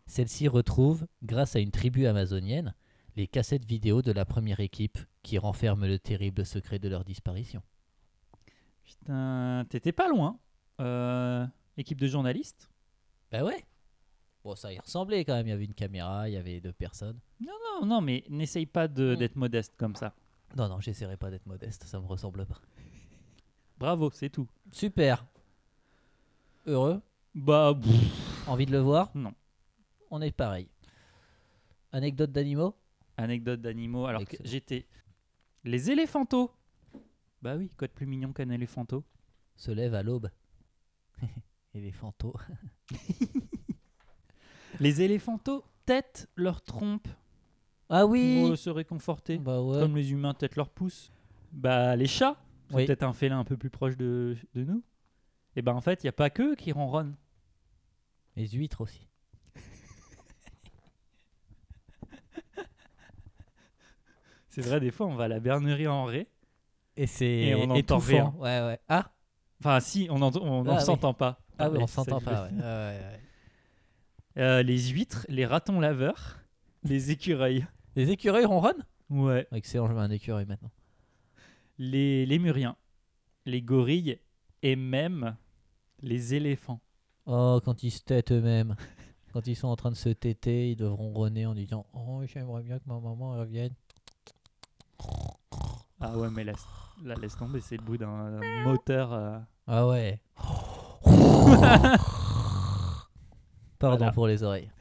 S1: Celle-ci retrouve, grâce à une tribu amazonienne, les cassettes vidéo de la première équipe qui renferment le terrible secret de leur disparition.
S2: Putain, t'étais pas loin. Euh, équipe de journalistes
S1: Bah ouais Bon, ça y ressemblait quand même, il y avait une caméra, il y avait deux personnes.
S2: Non, non, mais n'essaye pas de-
S1: Hmm.
S2: d'être modeste comme ça.
S1: Non, non, j'essaierai pas d'être modeste, ça me ressemble pas.
S2: Bravo, c'est tout.
S1: Super. Heureux.
S2: Bah, pff,
S1: Envie de le voir
S2: Non.
S1: On est pareil. Anecdote d'animaux
S2: anecdote d'animaux. Alors que
S1: Excellent.
S2: j'étais. Les éléphantaux Bah oui, quoi de plus mignon qu'un éléphanto
S1: se lève à l'aube. Éléphantaux.
S2: Les éléphantaux têtent leur trompe
S1: Ah
S2: pour
S1: oui
S2: euh, se réconforter.
S1: Bah ouais.
S2: Comme les humains têtent leur pouce. Bah, les chats, c'est
S1: Oui.
S2: peut-être un félin un peu plus proche de, de nous. Et ben en fait, il n'y a pas qu'eux qui ronronnent.
S1: Les huîtres aussi.
S2: C'est vrai, des fois, on va à la bernerie en ré.
S1: Et c'est
S2: Et on entend
S1: étouffant.
S2: rien.
S1: Ouais, ouais. Ah,
S2: Enfin, si, on n'en on
S1: Ah
S2: en
S1: oui.
S2: s'entend pas.
S1: ah oui,
S2: Allez,
S1: on
S2: ça,
S1: s'entend
S2: je
S1: pas.
S2: le-
S1: ouais. Ah, Ouais, ouais, ouais.
S2: Euh, les huîtres, les ratons laveurs, les écureuils.
S1: Les écureuils ronronnent
S2: Ouais.
S1: Excellent, je mets un écureuil maintenant.
S2: Les lémuriens, les gorilles et même les éléphants.
S1: Oh, quand ils se têtent eux-mêmes. quand ils sont en train de se téter, ils doivent ronronner en disant Oh, j'aimerais bien que ma maman revienne.
S2: Ah ouais, mais laisse, là, laisse tomber, c'est le bout d'un d'un moteur. euh.
S1: Ah ouais. Pardon
S2: Voilà.
S1: pour les oreilles.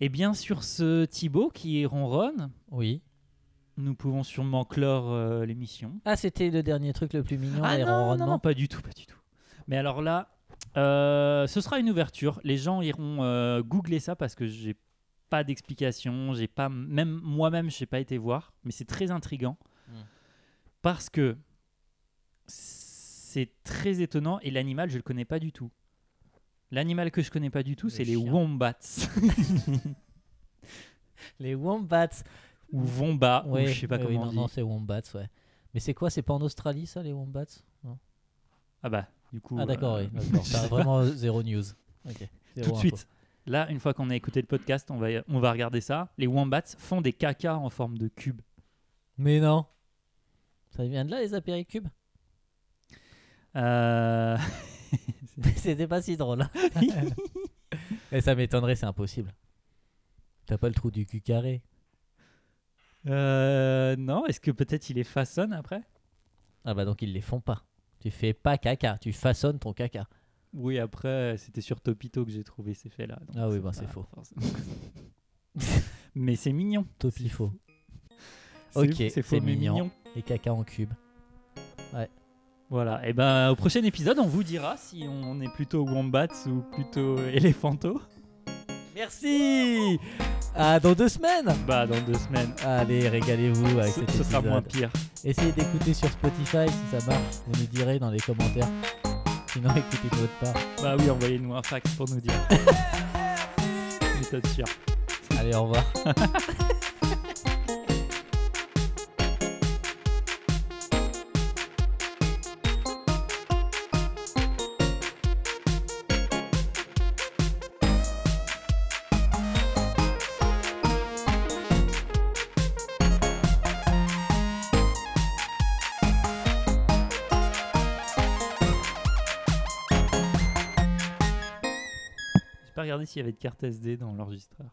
S2: Et bien sur ce Thibaut qui ronronne,
S1: Oui.
S2: nous pouvons sûrement clore euh, l'émission.
S1: Ah, c'était le dernier truc le plus mignon,
S2: Ah
S1: les
S2: non, non,
S1: ronronnements.
S2: non, pas du tout, pas du tout. Mais alors là, euh, ce sera une ouverture. Les gens iront euh, googler ça parce que j'ai pas d'explication, j'ai pas même moi-même, j'ai pas été voir, mais c'est très intrigant
S1: Mm.
S2: parce que c'est très étonnant et l'animal, je le connais pas du tout. L'animal que je connais pas du tout,
S1: Le
S2: c'est les
S1: chien.
S2: wombats
S1: Les wombats.
S2: ou wombats
S1: Ouais,
S2: ou je sais pas
S1: ouais,
S2: comment
S1: oui, non,
S2: on dit.
S1: non, c'est wombats, ouais. Mais c'est quoi C'est pas en Australie ça, les wombats Non.
S2: Ah bah, du coup.
S1: Ah, d'accord,
S2: euh,
S1: oui. d'accord.
S2: je
S1: T'as
S2: sais pas.
S1: vraiment zéro news. Ok.
S2: tout
S1: Zéro
S2: de
S1: info.
S2: suite. Là, une fois qu'on a écouté le podcast, on va, on va regarder ça. Les wombats font des cacas en forme de cube.
S1: Mais non. Ça vient de là, les apéricubes
S2: Euh,
S1: C'était pas si drôle. hein. Mais ça m'étonnerait, c'est impossible. T'as pas le trou du cul carré
S2: euh, non, est-ce que peut-être il les façonne après
S1: Ah bah donc ils les font pas. Tu fais pas caca, tu façonnes ton caca.
S2: Oui, après, c'était sur Topito que j'ai trouvé ces faits-là. donc
S1: Ah oui, bah, c'est
S2: pas
S1: faux.
S2: forcément- mais c'est mignon.
S1: Topifo.
S2: C'est-
S1: Ok,
S2: c'est
S1: c'est
S2: faux, mais
S1: mignon.
S2: mignon.
S1: Les caca en cube.
S2: Voilà, et ben au prochain épisode, on vous dira si on est plutôt wombats ou plutôt éléphanto.
S1: Merci À dans deux semaines
S2: Bah, dans deux semaines.
S1: Allez, régalez-vous avec
S2: ce,
S1: cet
S2: ce sera moins
S1: épisode.
S2: pire.
S1: Essayez d'écouter sur Spotify si ça marche. Vous nous direz dans les commentaires. Sinon, écoutez de votre part.
S2: Bah oui, envoyez-nous un fax pour nous dire. Méthode sûre.
S1: Allez, au revoir.
S2: J'ai pas regardé s'il y avait de carte SD dans l'enregistreur.